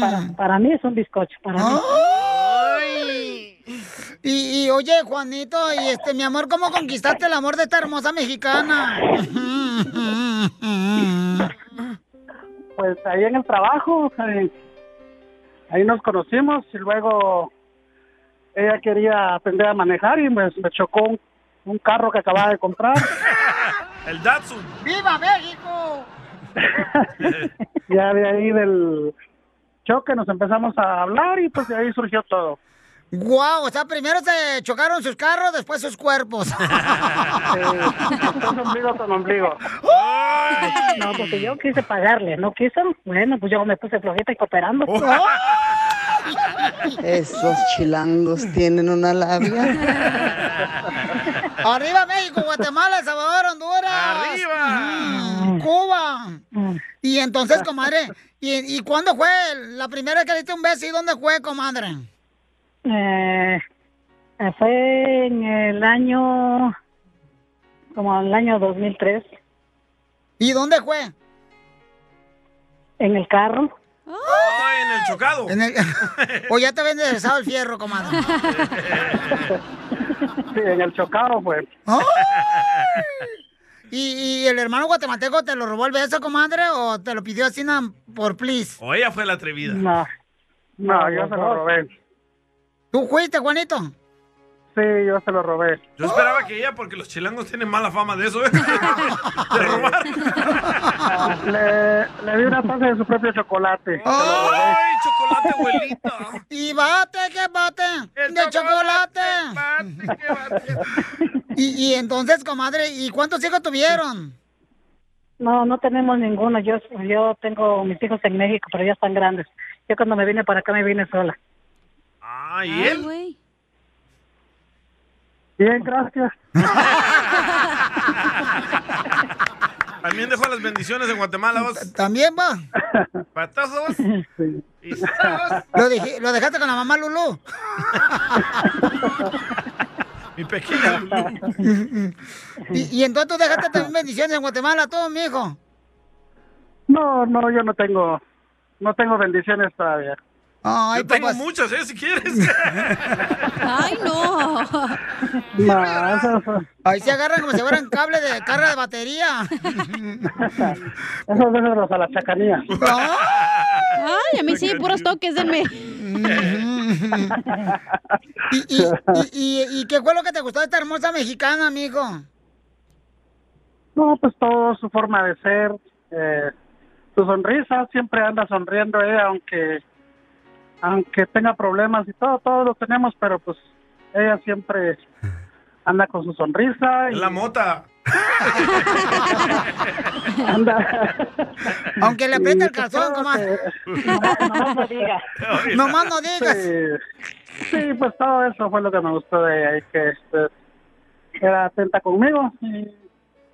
Para, para mí es un bizcocho, para mí.
Y, y, oye, Juanito, y este, mi amor, ¿cómo conquistaste el amor de esta hermosa mexicana?
Pues ahí en el trabajo, eh, ahí nos conocimos y luego ella quería aprender a manejar y pues me chocó un, un carro que acababa de comprar.
El Datsun.
¡Viva México!
ya de ahí del choque nos empezamos a hablar y pues de ahí surgió todo.
Guau, o sea, primero se chocaron sus carros, después sus cuerpos.
ombligo con ombligo. No, porque yo quise pagarle, ¿no quiso? Bueno, pues yo me puse flojita y cooperando.
Oh.
Esos chilangos tienen una labia.
Arriba México, Guatemala, El Salvador, Honduras. Arriba. Cuba. Y entonces, comadre, ¿y, y cuándo fue la primera vez que le diste un beso y dónde fue, comadre?
Eh, eh, fue en el año, como el año 2003.
¿Y dónde fue?
En el carro.
Ay, en el chocado.
o ya te habían enderezado el fierro, comadre.
Sí, en el chocado, pues.
¡Oh! ¿Y, y el hermano guatemalteco te lo robó el beso, comadre, o te lo pidió así na- por please?
O ella fue la atrevida.
No. No, yo se lo robé.
¿Tú fuiste, Juanito?
Sí, yo se lo robé.
Yo esperaba que ella, porque los chilangos tienen mala fama de eso, ¿eh?
Le, le di una taza de su propio chocolate.
¡Oh!
¡Ay, chocolate, abuelita!
Y bate, que bate, de chocolate. Y, y entonces, comadre, ¿y cuántos hijos tuvieron?
No, no tenemos ninguno. Yo, yo tengo mis hijos en México, pero ya están grandes. Yo cuando me vine para acá me vine sola.
Ah, ¿y él?
Bien, gracias.
También dejó las bendiciones en Guatemala, vos.
También va.
Patazos. Y-
¿Lo, dejé- lo dejaste con la mamá Lulú?
Mi pequeña.
Y, y entonces tú dejaste también bendiciones en Guatemala, todo, mijo.
No, no, yo no tengo, no tengo bendiciones todavía.
Ay, pues,
Yo tengo muchas, ¿eh? Si quieres.
Ay,
no.
No, eso, eso-
Ahí se agarran como si fueran cable de carga de batería.
esos besos los a la chacanía.
Ay, a mí sí, puros toques, denme.
¿Y, Mm, y- y- y qué fue lo que te gustó de esta hermosa mexicana, mijo?
No, pues todo su forma de ser, eh, su sonrisa, siempre anda sonriendo ella, aunque aunque tenga problemas y todo, todos lo tenemos, pero pues ella siempre anda con su sonrisa. Y
La mota.
Aunque le apriete el
Y, pues,
calzón,
todo
comadre.
Nomás no digas.
Nomás no digas.
Sí, sí, pues todo eso fue lo que me gustó de ella, y que este, era atenta conmigo y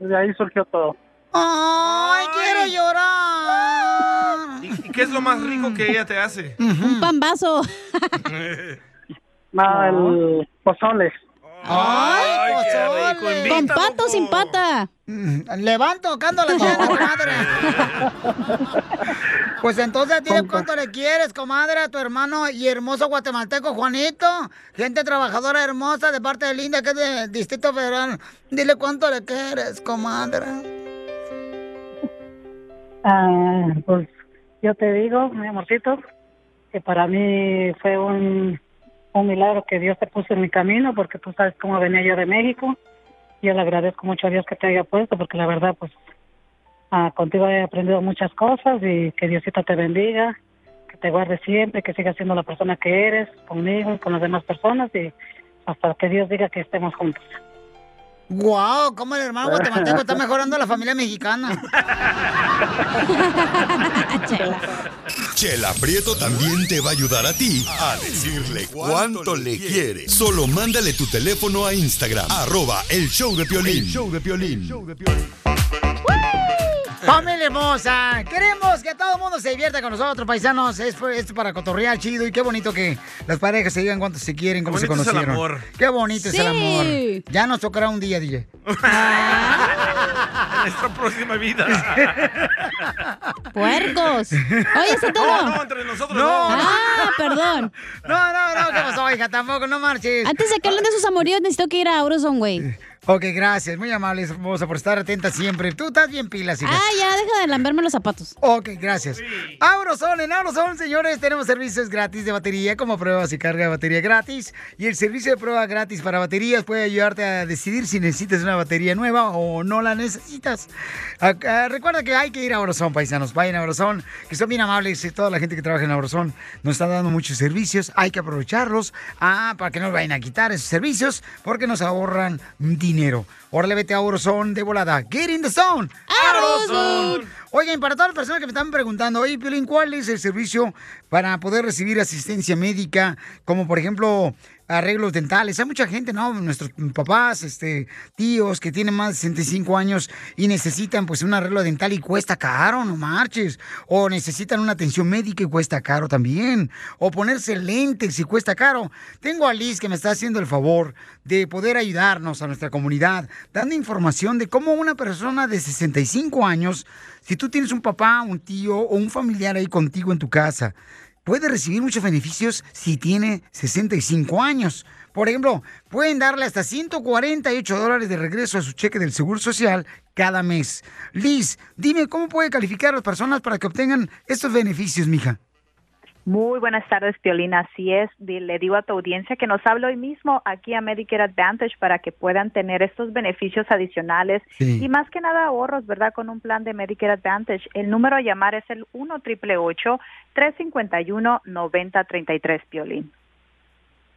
de ahí surgió todo.
Ay, quiero llorar.
¿Y qué es lo más rico que ella te hace?
Un pambazo.
Nada, el pozole.
Ay,
pozole.
Con pato sin pata.
Mm, Levanto, tocando la tienda, comadre. Pues entonces dile cuánto le quieres, comadre, a tu hermano y hermoso guatemalteco Juanito, gente trabajadora hermosa de parte de Linda, que es de Distrito Federal. Dile cuánto le quieres, comadre.
Ah, pues yo te digo, mi amorcito, que para mí fue un, un milagro que Dios te puso en mi camino, porque tú sabes cómo venía yo de México. Yo le agradezco mucho a Dios que te haya puesto, porque la verdad, pues ah, contigo he aprendido muchas cosas y que Diosito te bendiga, que te guarde siempre, que sigas siendo la persona que eres conmigo y con las demás personas y hasta que Dios diga que estemos juntos.
Guau, wow, Oh, cómo el hermano guatemalteco está mejorando a la familia mexicana.
Chela Prieto también te va a ayudar a ti a decirle cuánto le quiere. Solo mándale tu teléfono a Instagram, arroba el show de Piolín. show de Piolín.
Familia hermosa, queremos que todo el mundo se divierta con nosotros, paisanos. Es- Esto es para cotorrear chido y qué bonito que las parejas se digan cuánto se quieren, cómo
Qué
se
bonito es el
conocieron.
amor.
Qué bonito es el
Sí.
amor. Ya nos tocará un día, DJ.
En nuestra próxima vida.
¡Puercos! Oye, Sotelo.
No, no, entre nosotros
No.
no.
Ah, perdón.
No, no, no, ¿qué pasó, hija? Tampoco, no marches.
Antes de que hablen de sus amoríos, necesito que ir a Auroson, güey.
Ok, gracias. Muy amable, hermosa, por estar atenta siempre. Tú estás bien pilas, hija.
Ah, ya, deja de lamberme los zapatos.
Ok, gracias. Aurozone, en Aurozone, señores, tenemos servicios gratis de batería, como pruebas y carga de batería gratis. Y el servicio de prueba gratis para baterías puede ayudarte a decidir si necesitas una batería nueva o no la necesitas. Acá, recuerda que hay que ir a Aurozone, paisanos. Vayan a Aurozone, que son bien amables. y Toda la gente que trabaja en Aurozone nos está dando muchos servicios. Hay que aprovecharlos ah, para que no nos vayan a quitar esos servicios porque nos ahorran dinero. Órale, vete a Aurozone de volada. Get in the zone.
Aurozone.
Oigan, para todas las personas que me están preguntando, oye, Piolín, ¿cuál es el servicio para poder recibir asistencia médica? Como, por ejemplo, arreglos dentales. Hay mucha gente, ¿no? Nuestros papás, este, tíos que tienen más de 65 años y necesitan, pues, un arreglo dental y cuesta caro, no marches. O necesitan una atención médica y cuesta caro también. O ponerse lentes y cuesta caro. Tengo a Liz que me está haciendo el favor de poder ayudarnos a nuestra comunidad, dando información de cómo una persona de 65 años, si tú tienes un papá, un tío o un familiar ahí contigo en tu casa, puede recibir muchos beneficios si tiene 65 años. Por ejemplo, pueden darle hasta 148 dólares de regreso a su cheque del Seguro Social cada mes. Liz, dime, ¿cómo puede calificar a las personas para que obtengan estos beneficios, mija?
Muy buenas tardes, Piolina. Así es, di- le digo a tu audiencia que nos habla hoy mismo aquí a Medicare Advantage para que puedan tener estos beneficios adicionales
Sí.
y más que nada ahorros, ¿verdad? Con un plan de Medicare Advantage. El número a llamar es el 1 351 9033 Piolín.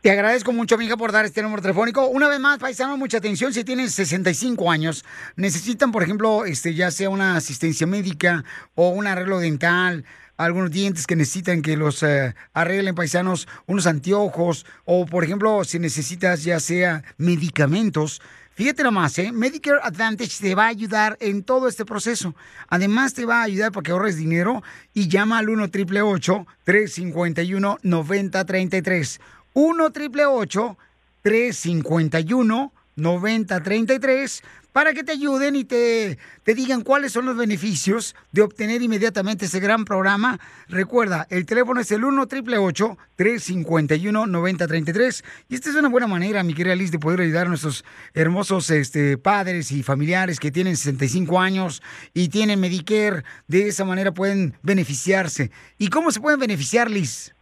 Te agradezco mucho, mija, por dar este número telefónico. Una vez más, paisano, mucha atención. Si tienen 65 años, necesitan, por ejemplo, este, ya sea una asistencia médica o un arreglo dental, algunos dientes que necesitan que los eh, arreglen, paisanos, unos anteojos, o, por ejemplo, si necesitas ya sea medicamentos. Fíjate nomás, ¿eh? Medicare Advantage te va a ayudar en todo este proceso. Además, te va a ayudar para que ahorres dinero y llama al 1 888 351 9033 1 888 351 9033 para que te ayuden y te, te digan cuáles son los beneficios de obtener inmediatamente ese gran programa. Recuerda, el teléfono es el 1 888 351 9033 y esta es una buena manera, mi querida Liz, de poder ayudar a nuestros hermosos este, padres y familiares que tienen 65 años y tienen Medicare. De esa manera pueden beneficiarse. ¿Y cómo se pueden beneficiar, Liz?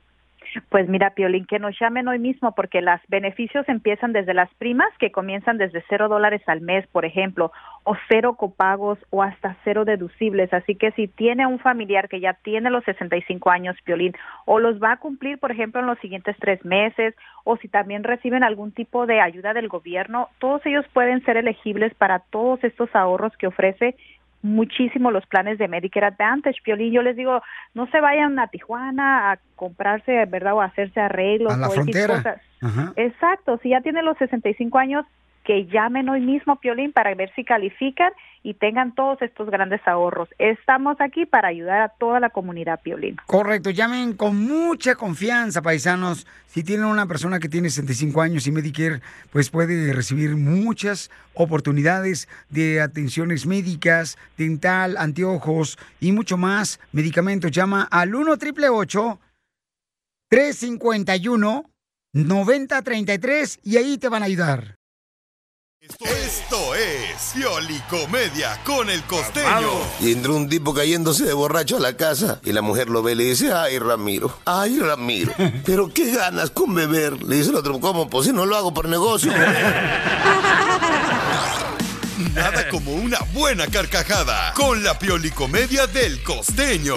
Pues mira, Piolín, que nos llamen hoy mismo porque los beneficios empiezan desde las primas que comienzan desde cero dólares al mes, por ejemplo, o cero copagos o hasta cero deducibles. Así que si tiene un familiar que ya tiene los 65 años, Piolín, o los va a cumplir, por ejemplo, en los siguientes tres meses, o si también reciben algún tipo de ayuda del gobierno, todos ellos pueden ser elegibles para todos estos ahorros que ofrece muchísimo los planes de Medicare Advantage, Piolín. Yo les digo, no se vayan a Tijuana a comprarse, ¿verdad? O a hacerse arreglos
A la
o X
frontera.
cosas.
Ajá.
Exacto, si ya tienen los 65 años, que llamen hoy mismo, Piolín, para ver si califican y tengan todos estos grandes ahorros. Estamos aquí para ayudar a toda la comunidad, Piolín.
Correcto, llamen con mucha confianza, paisanos. Si tienen una persona que tiene 65 años y Medicare, pues puede recibir muchas oportunidades de atenciones médicas, dental, anteojos y mucho más medicamentos. Llama al 1 888 351 9033 y ahí te van a ayudar.
Esto es Piolicomedia con el costeño.
Y entró un tipo cayéndose de borracho a la casa y la mujer lo ve y le dice, ay Ramiro, ay Ramiro, pero qué ganas con beber. Le dice el otro, ¿cómo? Pues si no lo hago por negocio.
Nada como una buena carcajada con la Piolicomedia del costeño.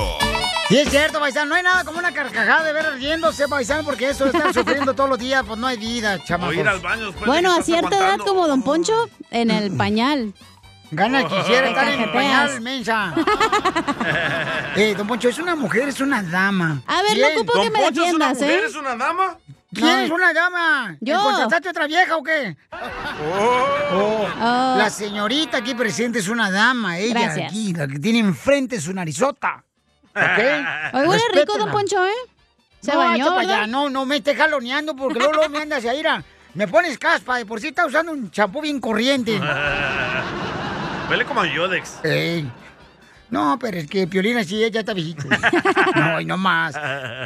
Sí, es cierto, paisano. No hay nada como una carcajada de ver riéndose, paisano, porque eso de estar sufriendo todos los días, pues no hay vida, chamacos.
ir al baño después de
Bueno,
que
a
estás
cierta edad,
aguantando.
como Don Poncho, en el pañal.
Gana quisiera
Te
estar en el
cajeteas.
pañal, mensa. Eh, don Poncho, es una mujer, es una dama.
A ver, no ocupo que me defiendas, ¿eh?
una dama?
¿Quién
No.
es una dama?
Yo.
¿Contrataste otra vieja o qué?
Oh.
Oh. La señorita aquí presente es una dama, ella
Gracias.
aquí, la que tiene enfrente es una narizota. ¿Ok?
Hoy huele rico,
Respétenla.
don Poncho, ¿eh? Se
no,
bañó,
echa pa'
¿verdad?
allá, no, no me esté jaloneando porque luego, luego me andas a ir a... Me pones caspa, de por sí está usando un champú bien corriente.
Huele como a Yodex.
Ey. No, pero es que Piolina sí, ella está viejito. no, y no más.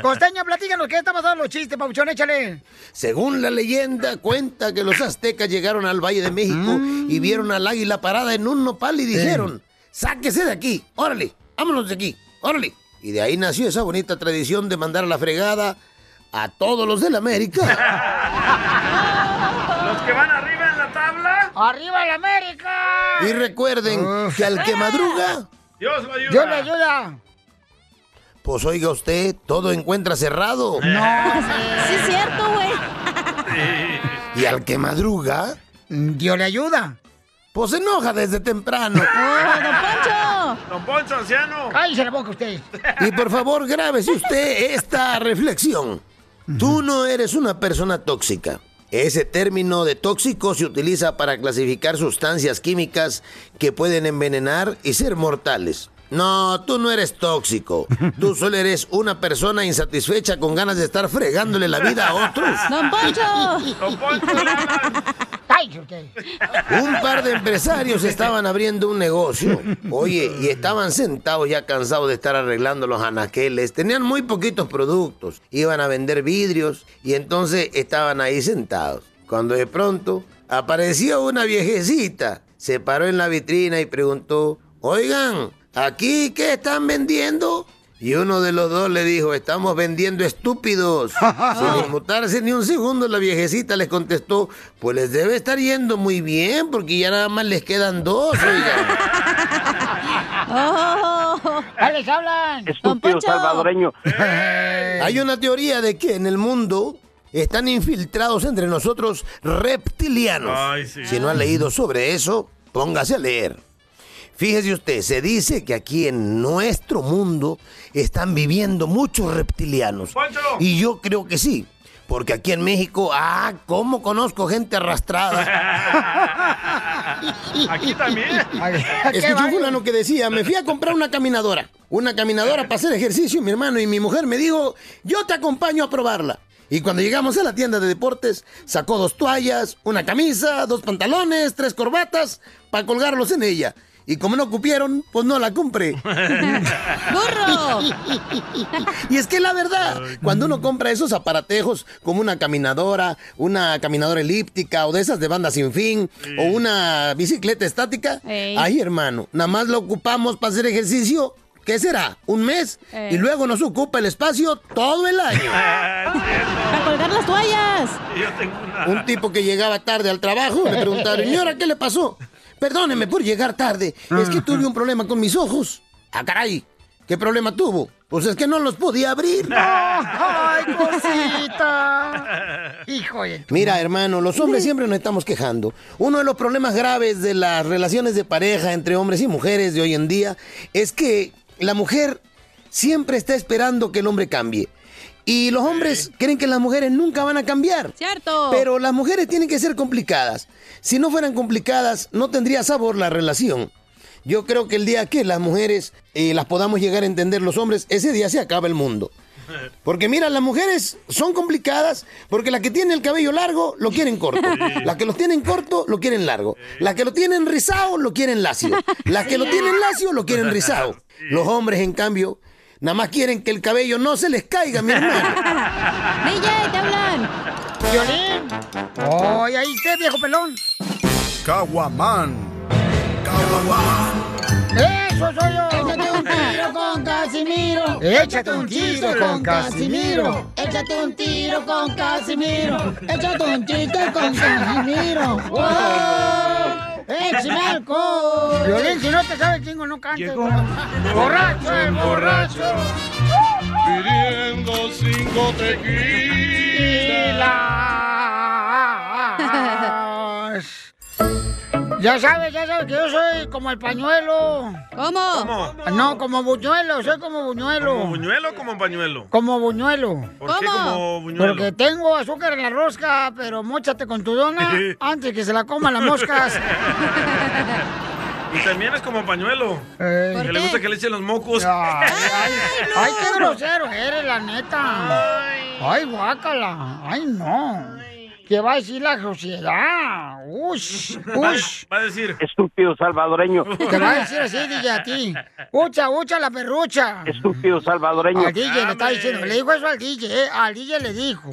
Costeño, platícanos, ¿qué está pasando los chistes, Pauchón? Échale.
Según la leyenda, cuenta que los aztecas llegaron al Valle de México
Mm.
y vieron al águila parada en un nopal y dijeron, sáquese de aquí, órale, vámonos de aquí, órale. Y de ahí nació esa bonita tradición de mandar a la fregada a todos los de la América.
Los que van arriba en la tabla.
¡Arriba la América!
Y recuerden que al que madruga,
Dios lo ayuda.
Dios le ayuda.
pues oiga usted, todo encuentra cerrado.
Sí, es cierto, güey.
Y al que madruga,
Dios le ayuda. Ah,
Pues se enoja desde temprano.
Poncho!
¡Don Poncho, anciano!
¡Cállese la boca usted!
Y por favor, grábese usted esta reflexión. Tú no eres una persona tóxica. Ese término de tóxico se utiliza para clasificar sustancias químicas que pueden envenenar y ser mortales. No, tú no eres tóxico. Tú solo eres una persona insatisfecha con ganas de estar fregándole la vida a otros.
¡Don Poncho!
¡Don Poncho!
¡Cállese usted!
Un par de empresarios estaban abriendo un negocio. Oye, y estaban sentados ya cansados de estar arreglando los anaqueles. Tenían muy poquitos productos. Iban a vender vidrios y entonces estaban ahí sentados. Cuando de pronto apareció una viejecita. Se paró en la vitrina y preguntó, oigan, ¿aquí qué están vendiendo? Y uno de los dos le dijo, estamos vendiendo estúpidos. Sin inmutarse ni un segundo, la viejecita les contestó, pues les debe estar yendo muy bien, porque ya nada más les quedan dos, oigan.
¡Oh!
¡Ahí les hablan!
Estúpido salvadoreño. Hay una teoría de que en el mundo están infiltrados entre nosotros reptilianos.
Ay, sí.
Si no ha leído sobre eso, póngase a leer. Fíjese usted, se dice que aquí en nuestro mundo están viviendo muchos reptilianos. Y yo creo que sí, porque aquí en México, ah, cómo conozco gente arrastrada.
Aquí también.
Escuché un fulano que decía, me fui a comprar una caminadora. Una caminadora para hacer ejercicio, mi hermano. Y mi mujer me dijo, yo te acompaño a probarla. Y cuando llegamos a la tienda de deportes, sacó dos toallas, una camisa, dos pantalones, tres corbatas, para colgarlos en ella. Y como no cupieron, pues no la compré.
¡Burro!
Y es que la verdad, cuando uno compra esos aparatejos como una caminadora, una caminadora elíptica o de esas de banda sin fin o una bicicleta estática,
Ey.
ay hermano, nada más lo ocupamos para hacer ejercicio, ¿qué será? ¿Un mes?
Ey.
Y luego nos ocupa el espacio todo el año.
¡Para colgar las toallas!
Yo tengo una.
Un tipo que llegaba tarde al trabajo le preguntaron, señora, ¿qué le pasó? Perdóneme por llegar tarde, es que tuve un problema con mis ojos. Ah, caray, ¿qué problema tuvo? Pues es que no los podía abrir.
¡Ay, cosita! ¡Hijo de...
Mira, hermano, los hombres siempre nos estamos quejando. Uno de los problemas graves de las relaciones de pareja entre hombres y mujeres de hoy en día es que la mujer siempre está esperando que el hombre cambie. Y los hombres creen que las mujeres nunca van a cambiar.
Cierto.
Pero las mujeres tienen que ser complicadas. Si no fueran complicadas, no tendría sabor la relación. Yo creo que el día que las mujeres eh, las podamos llegar a entender los hombres, ese día se acaba el mundo. Porque mira, las mujeres son complicadas porque las que tienen el cabello largo lo quieren corto. Las que lo tienen corto lo quieren largo. Las que lo tienen rizado lo quieren lacio. Las que lo tienen lacio lo quieren rizado. Los hombres, en cambio, nada más quieren que el cabello no se les caiga, mi hermano.
DJ, te hablan.
¡Violín! ¡Ay, ahí usted, viejo pelón!
Caguaman.
¡Eso soy yo!
Échate un tiro
con Casimiro! ¡Échate un tiro con Casimiro! ¡Échate un tiro con Casimiro! ¡Échate un chiste con Casimiro! ¡Wow! ¡Échame alcohol! Violín, si no te sabe el chingo, no cantes. ¡Borracho, el borracho!
Pidiendo cinco tequilas.
Ya sabes, ya sabes que yo soy como el pañuelo.
¿Cómo?
No, como buñuelo, soy como buñuelo.
¿Como buñuelo o como pañuelo?
Como buñuelo.
¿Por qué como buñuelo?
Porque tengo azúcar en la rosca, pero mochate con tu dona antes que se la coman las moscas.
Y también es como pañuelo.
¿Por
Que le
qué?
gusta que le echen los mocos.
Ah. Ay, ay, qué grosero eres, la neta. Ay, guácala. Ay, no. ¿Qué va a decir la sociedad? Ush, ush.
Va a decir.
Estúpido salvadoreño.
Te va a decir así, DJ, a ti. Ucha, ucha, la perrucha.
Estúpido salvadoreño.
Al DJ le está diciendo, le dijo eso al DJ, eh, al DJ le dijo.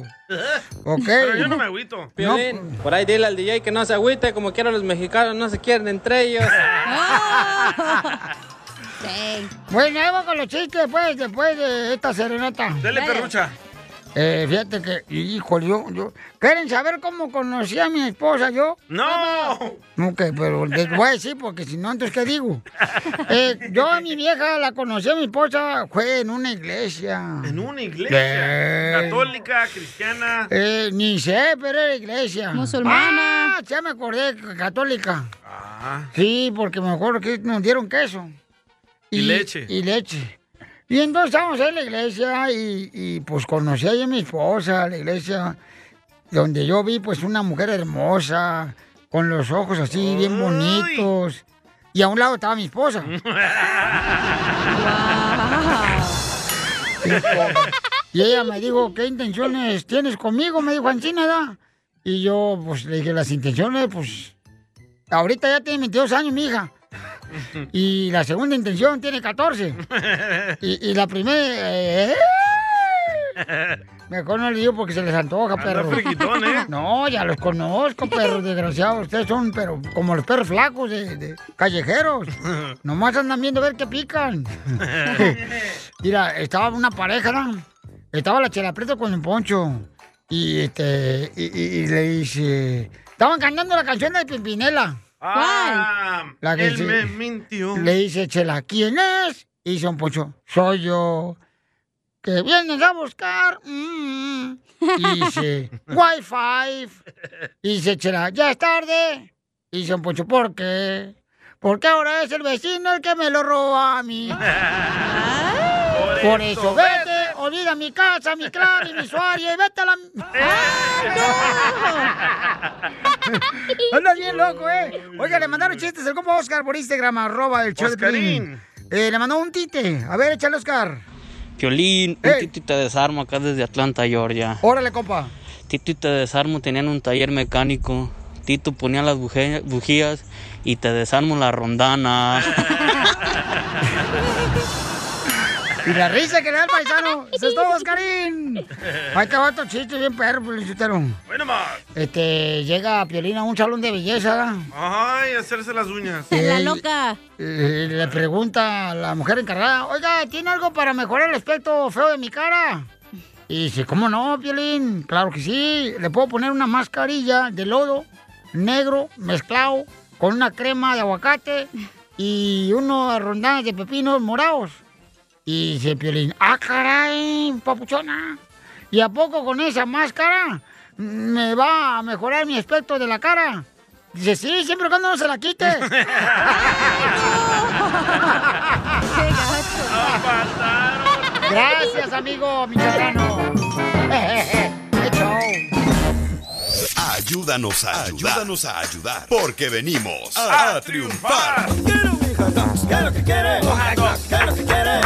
Ok.
Pero yo no me agüito.
Piolín, por ahí dile al DJ que no se agüite, como quiera los mexicanos no se quieren entre ellos.
Bueno, ahí va con los chistes, pues, después de esta serenata.
Dele, perrucha.
Eh, fíjate que, híjole, yo, yo... ¿Quieren saber cómo conocí a mi esposa yo?
¡No!
Ok, pero les voy a decir porque si no, entonces, ¿qué digo? Eh, yo a mi vieja la conocí a mi esposa, fue en una iglesia.
En una iglesia.
Eh.
Católica, cristiana.
Eh, ni sé, pero era iglesia.
Musulmana.
Ah, ya me acordé, c- católica.
Ah.
Sí, porque me acuerdo que nos dieron queso.
Y leche.
Y leche. Y entonces estábamos en la iglesia y, y, pues conocí ahí a mi esposa, la iglesia, donde yo vi pues una mujer hermosa, con los ojos así bien bonitos. Y a un lado estaba mi esposa. Y, pues, y ella me dijo, ¿qué intenciones tienes conmigo? Me dijo, Ancina, ¿da? Y yo, pues, le dije, las intenciones, pues, ahorita ya tiene 22 años, mi hija. Y la segunda intención tiene 14. Y, y la primera, eh, mejor no le digo porque se les antoja, perro.
friquitón, ¿eh?
No, ya los conozco, perros desgraciados. Ustedes son, pero, como los perros flacos de, de callejeros. Nomás andan viendo a ver qué pican. Mira, estaba una pareja, ¿no? Estaba la chela Prieto con el poncho. Y este. Y, y- y le dice. Estaban cantando la canción de Pimpinela.
Ah,
La que
él
sí.
me mintió.
Le dice Chela, ¿quién es? Y dice un poncho, soy yo. Que vienes a buscar. Mm. Y dice, Wi-Fi. Y dice Chela, ya es tarde. Y dice un poncho, ¿por qué? Porque ahora es el vecino el que me lo roba a mí. Por eso, vete, olvida mi casa, mi clave, mi usuario y vete a la... ¡Ah, no! Andas bien loco, ¿eh? Oiga, le mandaron chistes el compa Oscar por Instagram, arroba el show de Piolín. Eh, le mandó un tite. A ver, échale, Oscar.
Piolín, un tito y te desarmo acá desde Atlanta, Georgia.
Órale, compa.
Tito y te desarmo tenían un taller mecánico. Tito ponía las buje- bujías y te desarmo la rondana.
Y la risa que le da el paisano. ¡Eso es todo, Oscarín! Ahí te va otro chiste bien perro, Felicitero.
Bueno, más.
Este, llega Piolín a un salón de belleza.
Ay, hacerse las uñas.
Eh, eh, le pregunta a la mujer encargada, oiga, ¿tiene algo para mejorar el aspecto feo de mi cara? Y dice, ¿cómo no, Piolín? Claro que sí. Le puedo poner una mascarilla de lodo negro mezclado con una crema de aguacate y unos rondanas de pepinos morados. Y dice Piolín, ¡ah, caray, papuchona! ¿Y a poco con esa máscara me va a mejorar mi aspecto de la cara? Dice, sí, siempre y cuando no se la quite. Gracias, amigo michoacano. ¡Qué show!
Ayúdanos a ayudar. Ayúdanos a ayudar. Porque venimos a, triunfar.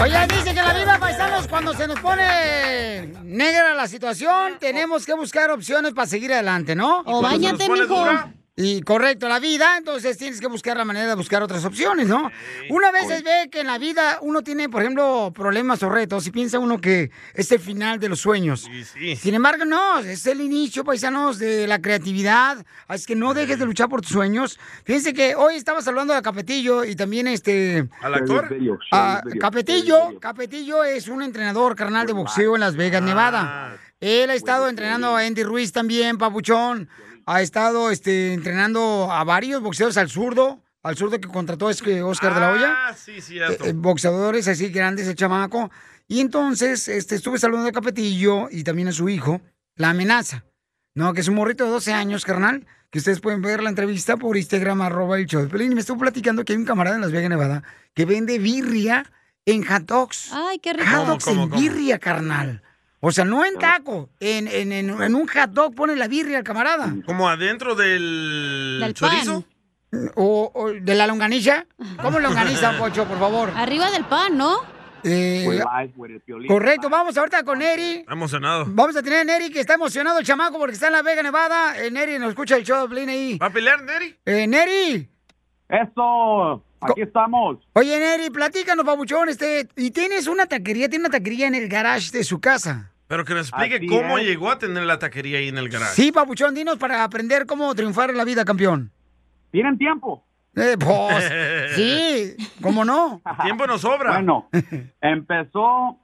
Oye, Pues dice que la viva paisanos, cuando se nos pone negra la situación, tenemos que buscar opciones para seguir adelante, ¿no?
O cuando se nos báñate, pone mijo. dura.
Y correcto, la vida, entonces tienes que buscar la manera de buscar otras opciones, ¿no? Una vez se ve que en la vida uno tiene, por ejemplo, problemas o retos y piensa uno que es el final de los sueños. Sin embargo, no, es el inicio, paisanos, de la creatividad. Así que no dejes de luchar por tus sueños. Fíjense que hoy estabas hablando de Capetillo y también este...
¿Al actor? Félix Bello,
Ah,
Félix Bello,
Capetillo, Capetillo es un entrenador carnal de boxeo en Las Vegas, Nevada. Él ha estado entrenando a Andy Ruiz también, Papuchón. Ha estado este, entrenando a varios boxeadores al zurdo. Al zurdo que contrató es que Oscar de la Hoya.
Ah, sí, cierto.
Eh, eh, boxeadores así grandes, el chamaco. Y entonces este, estuve saludando a Capetillo y también a su hijo, la amenaza. No, que es un morrito de 12 años, carnal, que ustedes pueden ver la entrevista por Instagram, arroba el show de Piolín. Y me estuvo platicando que hay un camarada en Las Vegas, Nevada, que vende birria en hot dogs.
Ay, qué rico. Ah.
Hot dogs en birria, carnal. O sea, no en taco, en, en, en, en un hot dog pone la birria al camarada.
Como adentro del,
eh, Del pan.
chorizo.
O, o de la longaniza. ¿Cómo longaniza, Pocho, por favor?
Arriba del pan, ¿no?
Eh,
Pues,
correcto, vamos ahorita con Eri.
Está emocionado.
Vamos a tener a Neri que está emocionado el chamaco porque está en la Vega Nevada. Eh, Neri nos escucha el show de Piolín ahí.
¿Va a pelear, Neri?
Eh, Neri.
Eso, aquí estamos.
Oye, Neri, platícanos, babuchón. Este, y tienes una taquería, tiene una taquería en el garage de su casa.
Pero que nos explique
Así
cómo
es.
llegó a tener la taquería ahí en el garage.
Sí, babuchón, dinos para aprender cómo triunfar en la vida, campeón.
¿Tienen tiempo?
Eh, pues, sí, ¿cómo no?
Tiempo nos sobra.
Bueno, empezó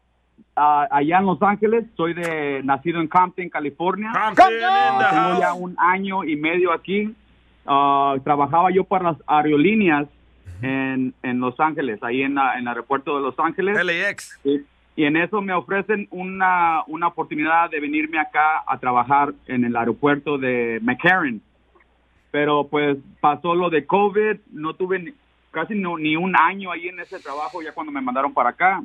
ah, allá en Los Ángeles. Soy de nacido en Compton, California. Ah,
in the
tengo
house.
ya un año y medio aquí. Ah, trabajaba yo para las aerolíneas en, en Los Ángeles, ahí en, la- en el aeropuerto de Los Ángeles.
LAX.
Y, y en eso me ofrecen una, una oportunidad de venirme acá a trabajar en el aeropuerto de McCarran. Pero pues pasó lo de COVID, no tuve ni- casi no- ni un año ahí en ese trabajo ya cuando me mandaron para acá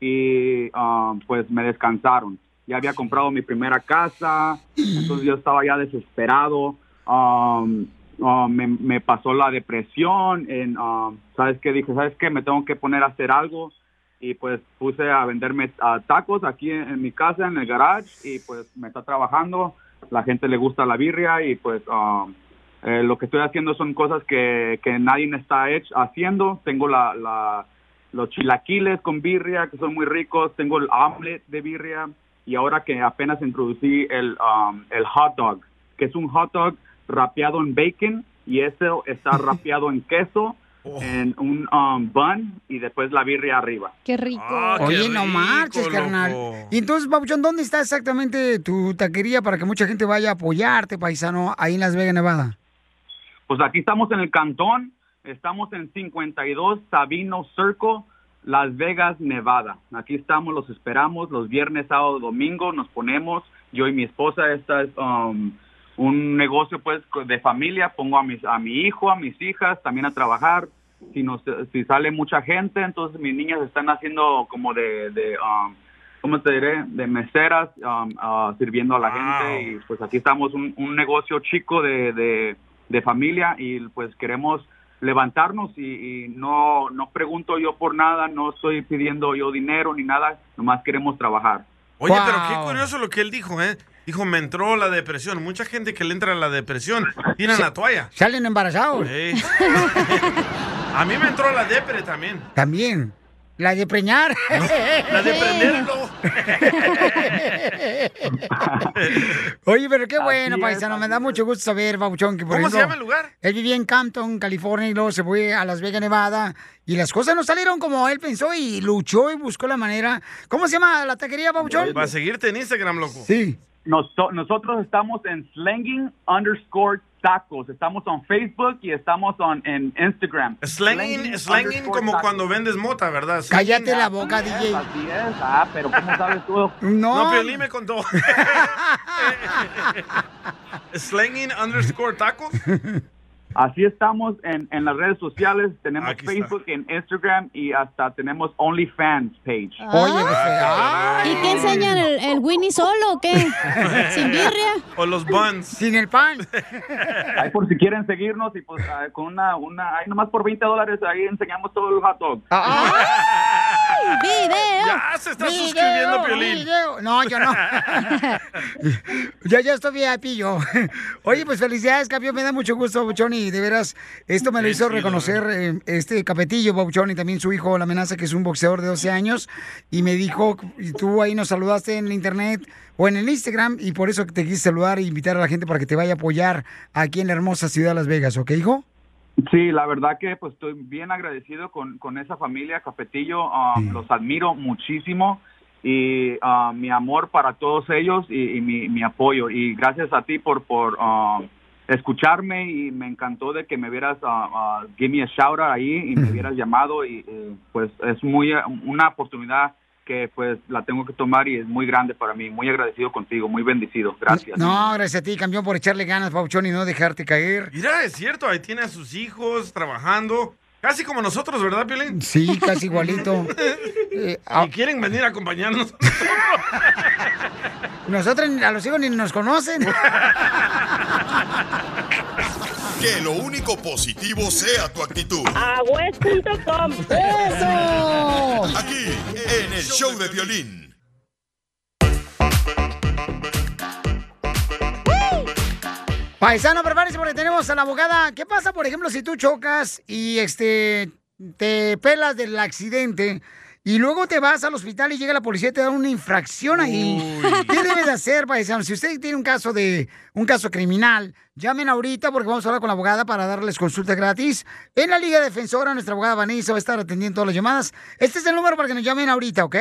y ah, pues me descansaron. Ya había comprado mi primera casa, entonces yo estaba ya desesperado. Um, um, me, me pasó la depresión, en, um, ¿sabes qué? Dije, ¿sabes qué? Me tengo que poner a hacer algo y pues puse a venderme ah, tacos aquí en, en mi casa, en el garage y pues me está trabajando. La gente le gusta la birria y pues um, eh, lo que estoy haciendo son cosas que, que nadie está hech- haciendo. Tengo la, la- los chilaquiles con birria, que son muy ricos. Tengo el omelette de birria. Y ahora que apenas introducí el, um, el hot dog, que es un hot dog rapeado en bacon y ese está rapeado en queso,
Oh.
en un um, bun y después la birria arriba.
Ah, Qué rico.
Oye, no marches, carnal. Ah. Y entonces, Papuchón, ¿dónde está exactamente tu taquería para que mucha gente vaya a apoyarte, paisano, ahí en Las Vegas, Nevada?
Pues aquí estamos en el cantón, estamos en 52 Sabino Circle, Las Vegas, Nevada. Aquí estamos, los esperamos los viernes, sábado, domingo, nos ponemos, yo y mi esposa, esta es um, un negocio pues co- de familia, pongo a, mis, a mi hijo, a mis hijas también a trabajar. Si, nos, si sale mucha gente, entonces mis niñas están haciendo como de, de um, ¿cómo te diré? De meseras, um, ah, sirviendo a la gente. Y pues aquí estamos, un, un negocio chico de, de, de familia y pues queremos levantarnos y, y no, no pregunto yo por nada, no estoy pidiendo yo dinero ni nada, nomás queremos trabajar.
Oye, pero qué curioso lo que él dijo, ¿eh? Dijo, me entró la depresión. Mucha gente que le entra la depresión tiran la toalla.
Salen embarazados.
Ey. A mí me entró la depre también.
También. La de preñar.
La de prenderlo.
Oye, pero qué bueno,
Así es,
paisano. Me da mucho gusto saber, Babuchón, que por
¿Cómo se
ejemplo,
llama el lugar?
Él vivía en Campton, California, y luego se fue a Las Vegas, Nevada. Y las cosas no salieron como él pensó y luchó y buscó la manera. ¿Cómo se llama la taquería, Babuchón?
Va a seguirte en Instagram, loco.
Sí.
Noso- nosotros estamos en slanging underscore tacos. Estamos en Facebook y estamos on- en Instagram.
Slanging, slanging
underscore
como
tacos.
cuando vendes mota, ¿verdad?
Cállate la
boca,
DJ. Así es, ah, pero ¿cómo sabes tú?
No, Piolín me contó. slanging underscore tacos.
Así estamos en, en las redes sociales. Tenemos Facebook, en Instagram y hasta tenemos OnlyFans page.
Ah. Oye, pues,
Ah,
ah.
¿Y qué enseñan el, el Winnie solo o qué? Sin birria.
O los buns.
Sin el pan.
Ahí por si quieren seguirnos y pues ah, con una, una, ahí nomás por 20 dólares, ahí enseñamos todo el hot dog.
ah.
¡Video!
Ya
se está suscribiendo, Piolín.
video. No, yo no. yo ya estoy VIP yo. Oye, pues felicidades, campeón. Me da mucho gusto, Babuchón. Y de veras, esto me lo hizo reconocer eh, este capetillo, Babuchón, y también su hijo, La Amenaza, que es un boxeador de 12 años. Y me dijo, y tú ahí nos saludaste en el internet o en el Instagram, y por eso te quise saludar e invitar a la gente para que te vaya a apoyar aquí en la hermosa ciudad de Las Vegas, ¿ok, hijo?
Sí, la verdad que pues estoy bien agradecido con, con esa familia Cafetillo, um, los admiro muchísimo y uh, mi amor para todos ellos y, y mi, mi apoyo y gracias a ti por por um, escucharme y me encantó de que me vieras uh, uh, give me a shout out ahí y me hubieras llamado y eh, pues es muy eh, una oportunidad que pues la tengo que tomar y es muy grande para mí. Muy agradecido contigo, muy bendecido. Gracias.
No, gracias a ti, campeón, por echarle ganas, Pauchón, y no dejarte caer.
Mira, es cierto, ahí tiene a sus hijos trabajando. Casi como nosotros, ¿verdad, Piolín?
Sí, casi igualito. Eh, ah.
y quieren venir a acompañarnos.
Nosotros a los hijos ni nos conocen.
Que lo único positivo sea tu actitud.
Agüez.com.
¡Eso!
Aquí, en el show de violín.
Paisano, prepárense porque tenemos a la abogada. ¿Qué pasa, por ejemplo, si tú chocas y este te pelas del accidente y luego te vas al hospital y llega la policía y te da una infracción ahí? ¿Qué debes de hacer, paisano? Si usted tiene un caso de un caso criminal, llamen ahorita porque vamos a hablar con la abogada para darles consulta gratis. En la Liga Defensora, nuestra abogada Vanessa va a estar atendiendo todas las llamadas. Este es el número para que nos llamen ahorita, ¿ok?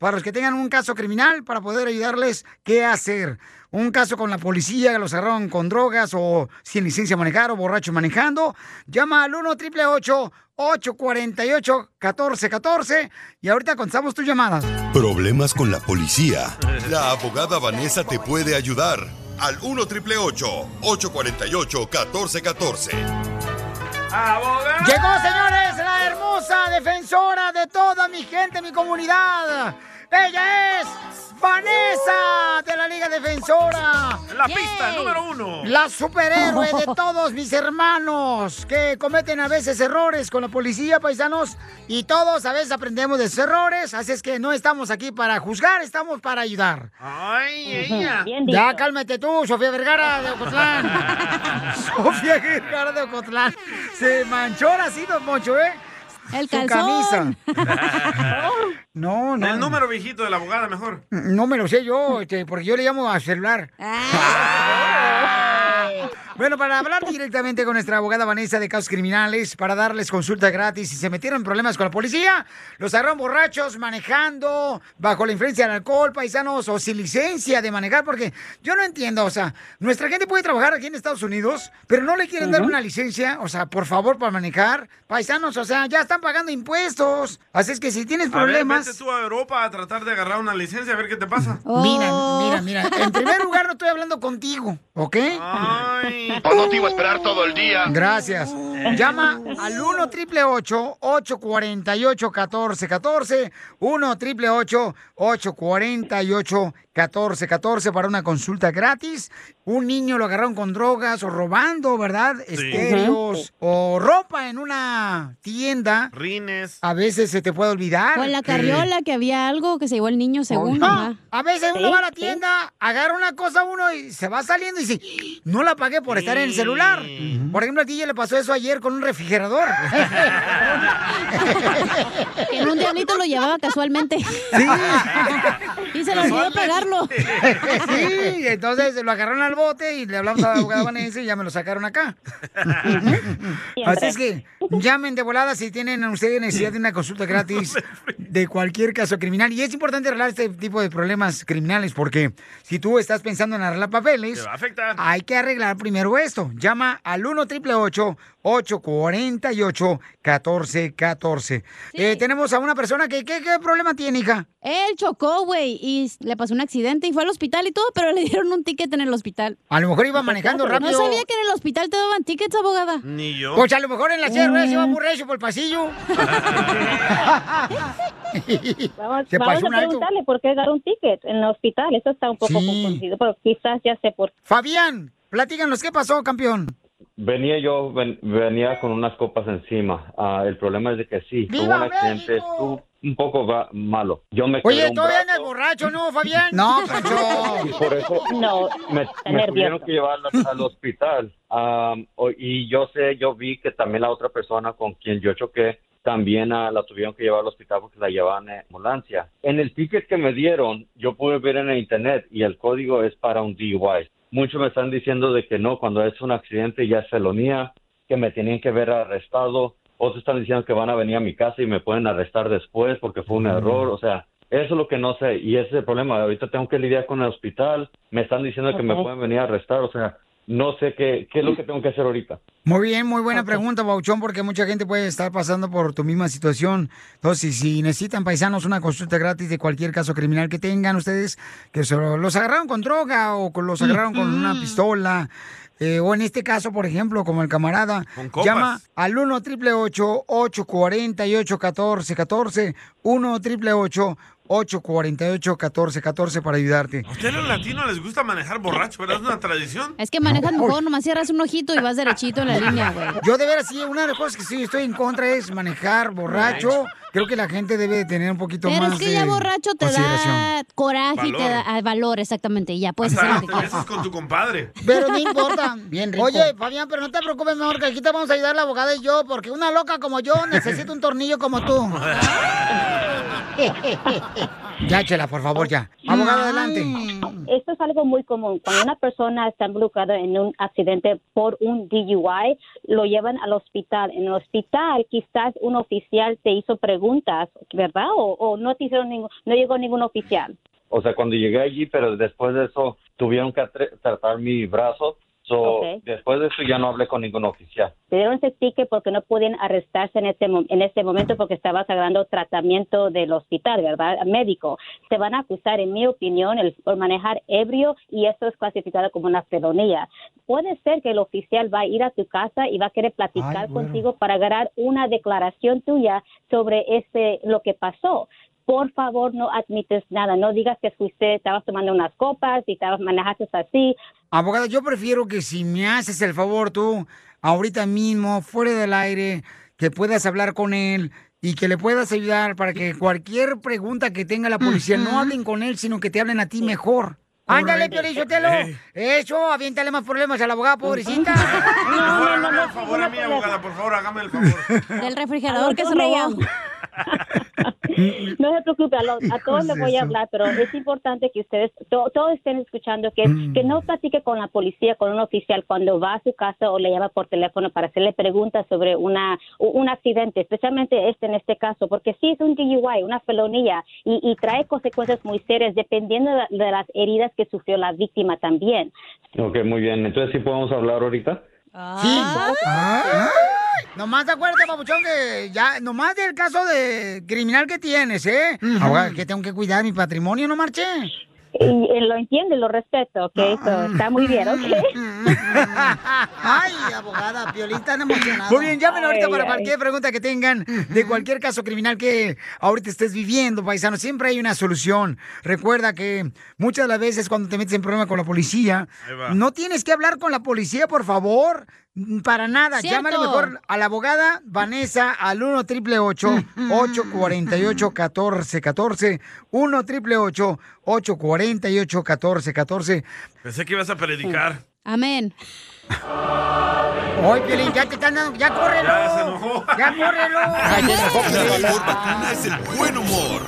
Para los que tengan un caso criminal, para poder ayudarles qué hacer un caso con la policía, que los agarraron con drogas o sin licencia a manejar o borracho manejando, llama al 1 888 848 1414 y ahorita contestamos tus llamadas.
Problemas con la policía. La abogada Vanessa te puede ayudar al 1 848 1414.
¡Abogada!
Llegó, señores, la hermosa defensora de toda mi gente, mi comunidad. Ella es Vanessa de la Liga Defensora.
La pista número uno.
La superhéroe de todos mis hermanos que cometen a veces errores con la policía, paisanos, y todos a veces aprendemos de sus errores, así es que no estamos aquí para juzgar, estamos para ayudar.
Ay, ella.
Ya cálmate tú, Sofía Vergara de Ocotlán. Sofía Vergara de Ocotlán. Se manchó así, don Moncho, ¿eh?
El
Su
calzón.
camisa. No, Oh, no.
El número viejito de la abogada, mejor.
No me lo sé yo, este, porque yo le llamo a
Ah.
celular. Ah. Bueno, para hablar directamente con nuestra abogada Vanessa de casos criminales, para darles consulta gratis, si se metieron en problemas con la policía, los agarraron borrachos, manejando, bajo la influencia del alcohol, paisanos, o sin licencia de manejar, porque yo no entiendo, o sea, nuestra gente puede trabajar aquí en Estados Unidos, pero no le quieren dar
Ujú.
una licencia, o sea, por favor, para manejar, paisanos, o sea, ya están pagando impuestos, así es que si tienes
A ver,
problemas...
vete tú a Europa a tratar de agarrar una licencia a ver qué te pasa.
Oh.
Mira, mira, mira.
Oh.
En primer lugar, no estoy hablando contigo, ¿ok?
Pues no te iba a esperar todo el día.
Gracias. Llama al 1 triple 848 1414 1 triple 848 1414 para una consulta gratis. Un niño lo agarraron con drogas o robando, ¿verdad? Estéreos o ropa en una tienda.
Rines.
A veces se te puede olvidar. Eh,
O en la carriola que había algo que se llevó el niño según
Ah, Oh, No,
mamá.
a veces uno
Sí,
va a la
sí.
tienda, agarra una cosa uno y se va saliendo y dice, no la pagué por estar en el celular. Por ejemplo, a DJ le pasó eso ayer con un refrigerador.
Que en un diablito lo llevaba casualmente. y se le olvidó pegarlo.
Sí, entonces lo agarraron al bote y le hablamos a la abogada Vanessa y ya me lo sacaron acá. Así es que llamen de volada si tienen ustedes necesidad de una consulta gratis de cualquier caso criminal. Y es importante arreglar este tipo de problemas criminales porque si tú estás pensando en arreglar papeles,
Te va a afectar.
hay que arreglar primero esto. Llama al 1 888 848 1414 Eh, Tenemos a una persona que, ¿qué, qué problema tiene, hija?
Él chocó, güey, y le pasó un accidente y fue al hospital y todo, pero le dieron un ticket en el hospital.
A lo mejor iba manejando rápido.
Pues, No sabía que en el hospital te daban tickets, abogada.
Ni yo.
Pues a lo mejor en la silla de
Mm.
ruedas iba muy recio por el pasillo.
Vamos,
Se
vamos
pasó
a
un alto.
preguntarle por qué dar un ticket en el hospital. Eso está un poco confundido, pero quizás ya sé por qué.
Fabián, platícanos qué pasó, campeón.
Venía yo, ven- venía con unas copas encima. Ah, el problema es de que sí, tuvo
¡Viva
un accidente, estuvo un poco va- malo. Yo me quedé
Oye, todavía andas borracho, ¿no, Fabián? No, Pancho.
y por eso
No.
me, me
nervioso.
tuvieron que llevar al, al hospital. Am, o- y yo sé, yo vi que también la otra persona con quien yo choqué, también ah, la tuvieron que llevar al hospital porque la llevaban en ambulancia. En el ticket que me dieron, yo pude ver en el internet y el código es para un DUI. Muchos me están diciendo de que no, cuando es un accidente ya es felonía, que me tienen que ver arrestado. Otros están diciendo que van a venir a mi casa y me pueden arrestar después porque fue un error. O sea, eso es lo que no sé y ese es el problema. Ahorita tengo que lidiar con el hospital. Me están diciendo que me
Ujú.
pueden venir a arrestar. O sea, no sé qué, qué es lo que tengo que hacer ahorita.
Muy bien, muy buena pregunta, Bauchón, porque mucha gente puede estar pasando por tu misma situación. Entonces, si necesitan paisanos una consulta gratis de cualquier caso criminal que tengan ustedes, que se lo- los agarraron con droga o con- los agarraron con una pistola, eh, o en este caso, por ejemplo, como el camarada,
copas.
llama al 1 888 848 1414 1 888 848 1414 para ayudarte.
¿A ustedes los latinos les gusta manejar borracho, ¿verdad? Es una tradición.
Es que manejas mejor, nomás cierras un ojito y vas derechito en la línea, güey.
Yo de veras, sí, una de las cosas que sí estoy en contra es manejar borracho. Creo que la gente debe de tener un poquito
Pero
más
es que
de
ya borracho te da
consideración.
coraje y te
Valor.
da ah, valor, exactamente. Y ya pues, puedes hacer
Hasta
lo que
te besas
quieras.
con tu compadre.
Pero no importa.
Bien rico.
Oye, Fabián, pero no te preocupes, mejor que aquí te vamos a ayudar la abogada y yo, porque una loca como yo necesita un tornillo como tú. ya, Chela, por favor, ya. Abogada, adelante.
Esto Mm, es algo muy común. Cuando una persona está involucrada en un accidente por un DUI, lo llevan al hospital. En el hospital, quizás un oficial te hizo preguntas, ¿verdad? O, o no te hicieron ningún, no llegó ningún oficial.
O sea, cuando llegué allí, pero después de eso tuvieron que atre- tratar mi brazo. So,
Ok.
Después de eso ya no hablé con ningún oficial.
Te dieron ese ticket porque no podían arrestarse en ese, mo- en ese momento porque estabas agarrando tratamiento del hospital, ¿verdad? Médico. Te van a acusar, en mi opinión, el, por manejar ebrio y eso es clasificado como una felonía. Puede ser que el oficial va a ir a tu casa y va a querer platicar
Ay, bueno.
contigo para agarrar una declaración tuya sobre ese, lo que pasó. Por favor, no admites nada. No digas que fuiste, estabas tomando unas copas y estabas, manejaste así.
Abogada, yo prefiero que si me haces el favor tú, ahorita mismo, fuera del aire, que puedas hablar con él y que le puedas ayudar para que cualquier pregunta que tenga la policía no hablen con él, sino que te hablen a ti mejor. Ándale,
Correcto.
Piolichotelo.
Ey.
Eso, aviéntale más problemas a la abogada, pobrecita.
Por favor, hágame el favor a mi abogada, por favor, hágame el favor.
Del
Ah,
refrigerador que
yo
se
me
robó.
llamo. No se preocupe, a, lo- a todos
Hijos
les
de
voy a
su-
hablar, pero es importante que ustedes, to- todos estén escuchando, que, que no platique con la policía, con un oficial, cuando va a su casa o le llama por teléfono para hacerle preguntas sobre una, u- un accidente, especialmente este en este caso, porque sí es un DUI, una felonía, y, y trae consecuencias muy serias dependiendo de, la- de las heridas que sufrió la víctima también.
Ok, muy bien. Entonces, ¿sí podemos hablar ahorita?
Ah. Ay, Nomás acuérdate, papuchón, que ya, nomás del caso de criminal que tienes, ¿eh? Abogada, que tengo que cuidar mi patrimonio, no marché.
Y, eh, lo entiendo, y lo respeto, ok,
Ah.
so, está muy bien, ok.
Ay, abogada, Piolita, tan emocionada. Muy bien, llamen ahorita
Ay,
para
ay.
cualquier pregunta que tengan de cualquier caso criminal que ahorita estés viviendo, paisano. Siempre hay una solución. Recuerda que muchas de las veces cuando te metes en problema con la policía,
Ahí va.
no tienes que hablar con la policía, por favor. Mm, Para nada.
Cierto.
Llámale mejor a la abogada Vanessa al 1 848 1414 1 848 1414
Pensé que ibas a predicar.
Amén. Hoy, Piolín, ya te están dando. ¡Ya córrelo! ¡Ya se
enojó!
¡Ya
La
córrelo!
mejor vacuna es el buen humor.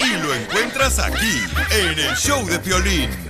Y lo encuentras aquí, en el show de Piolín.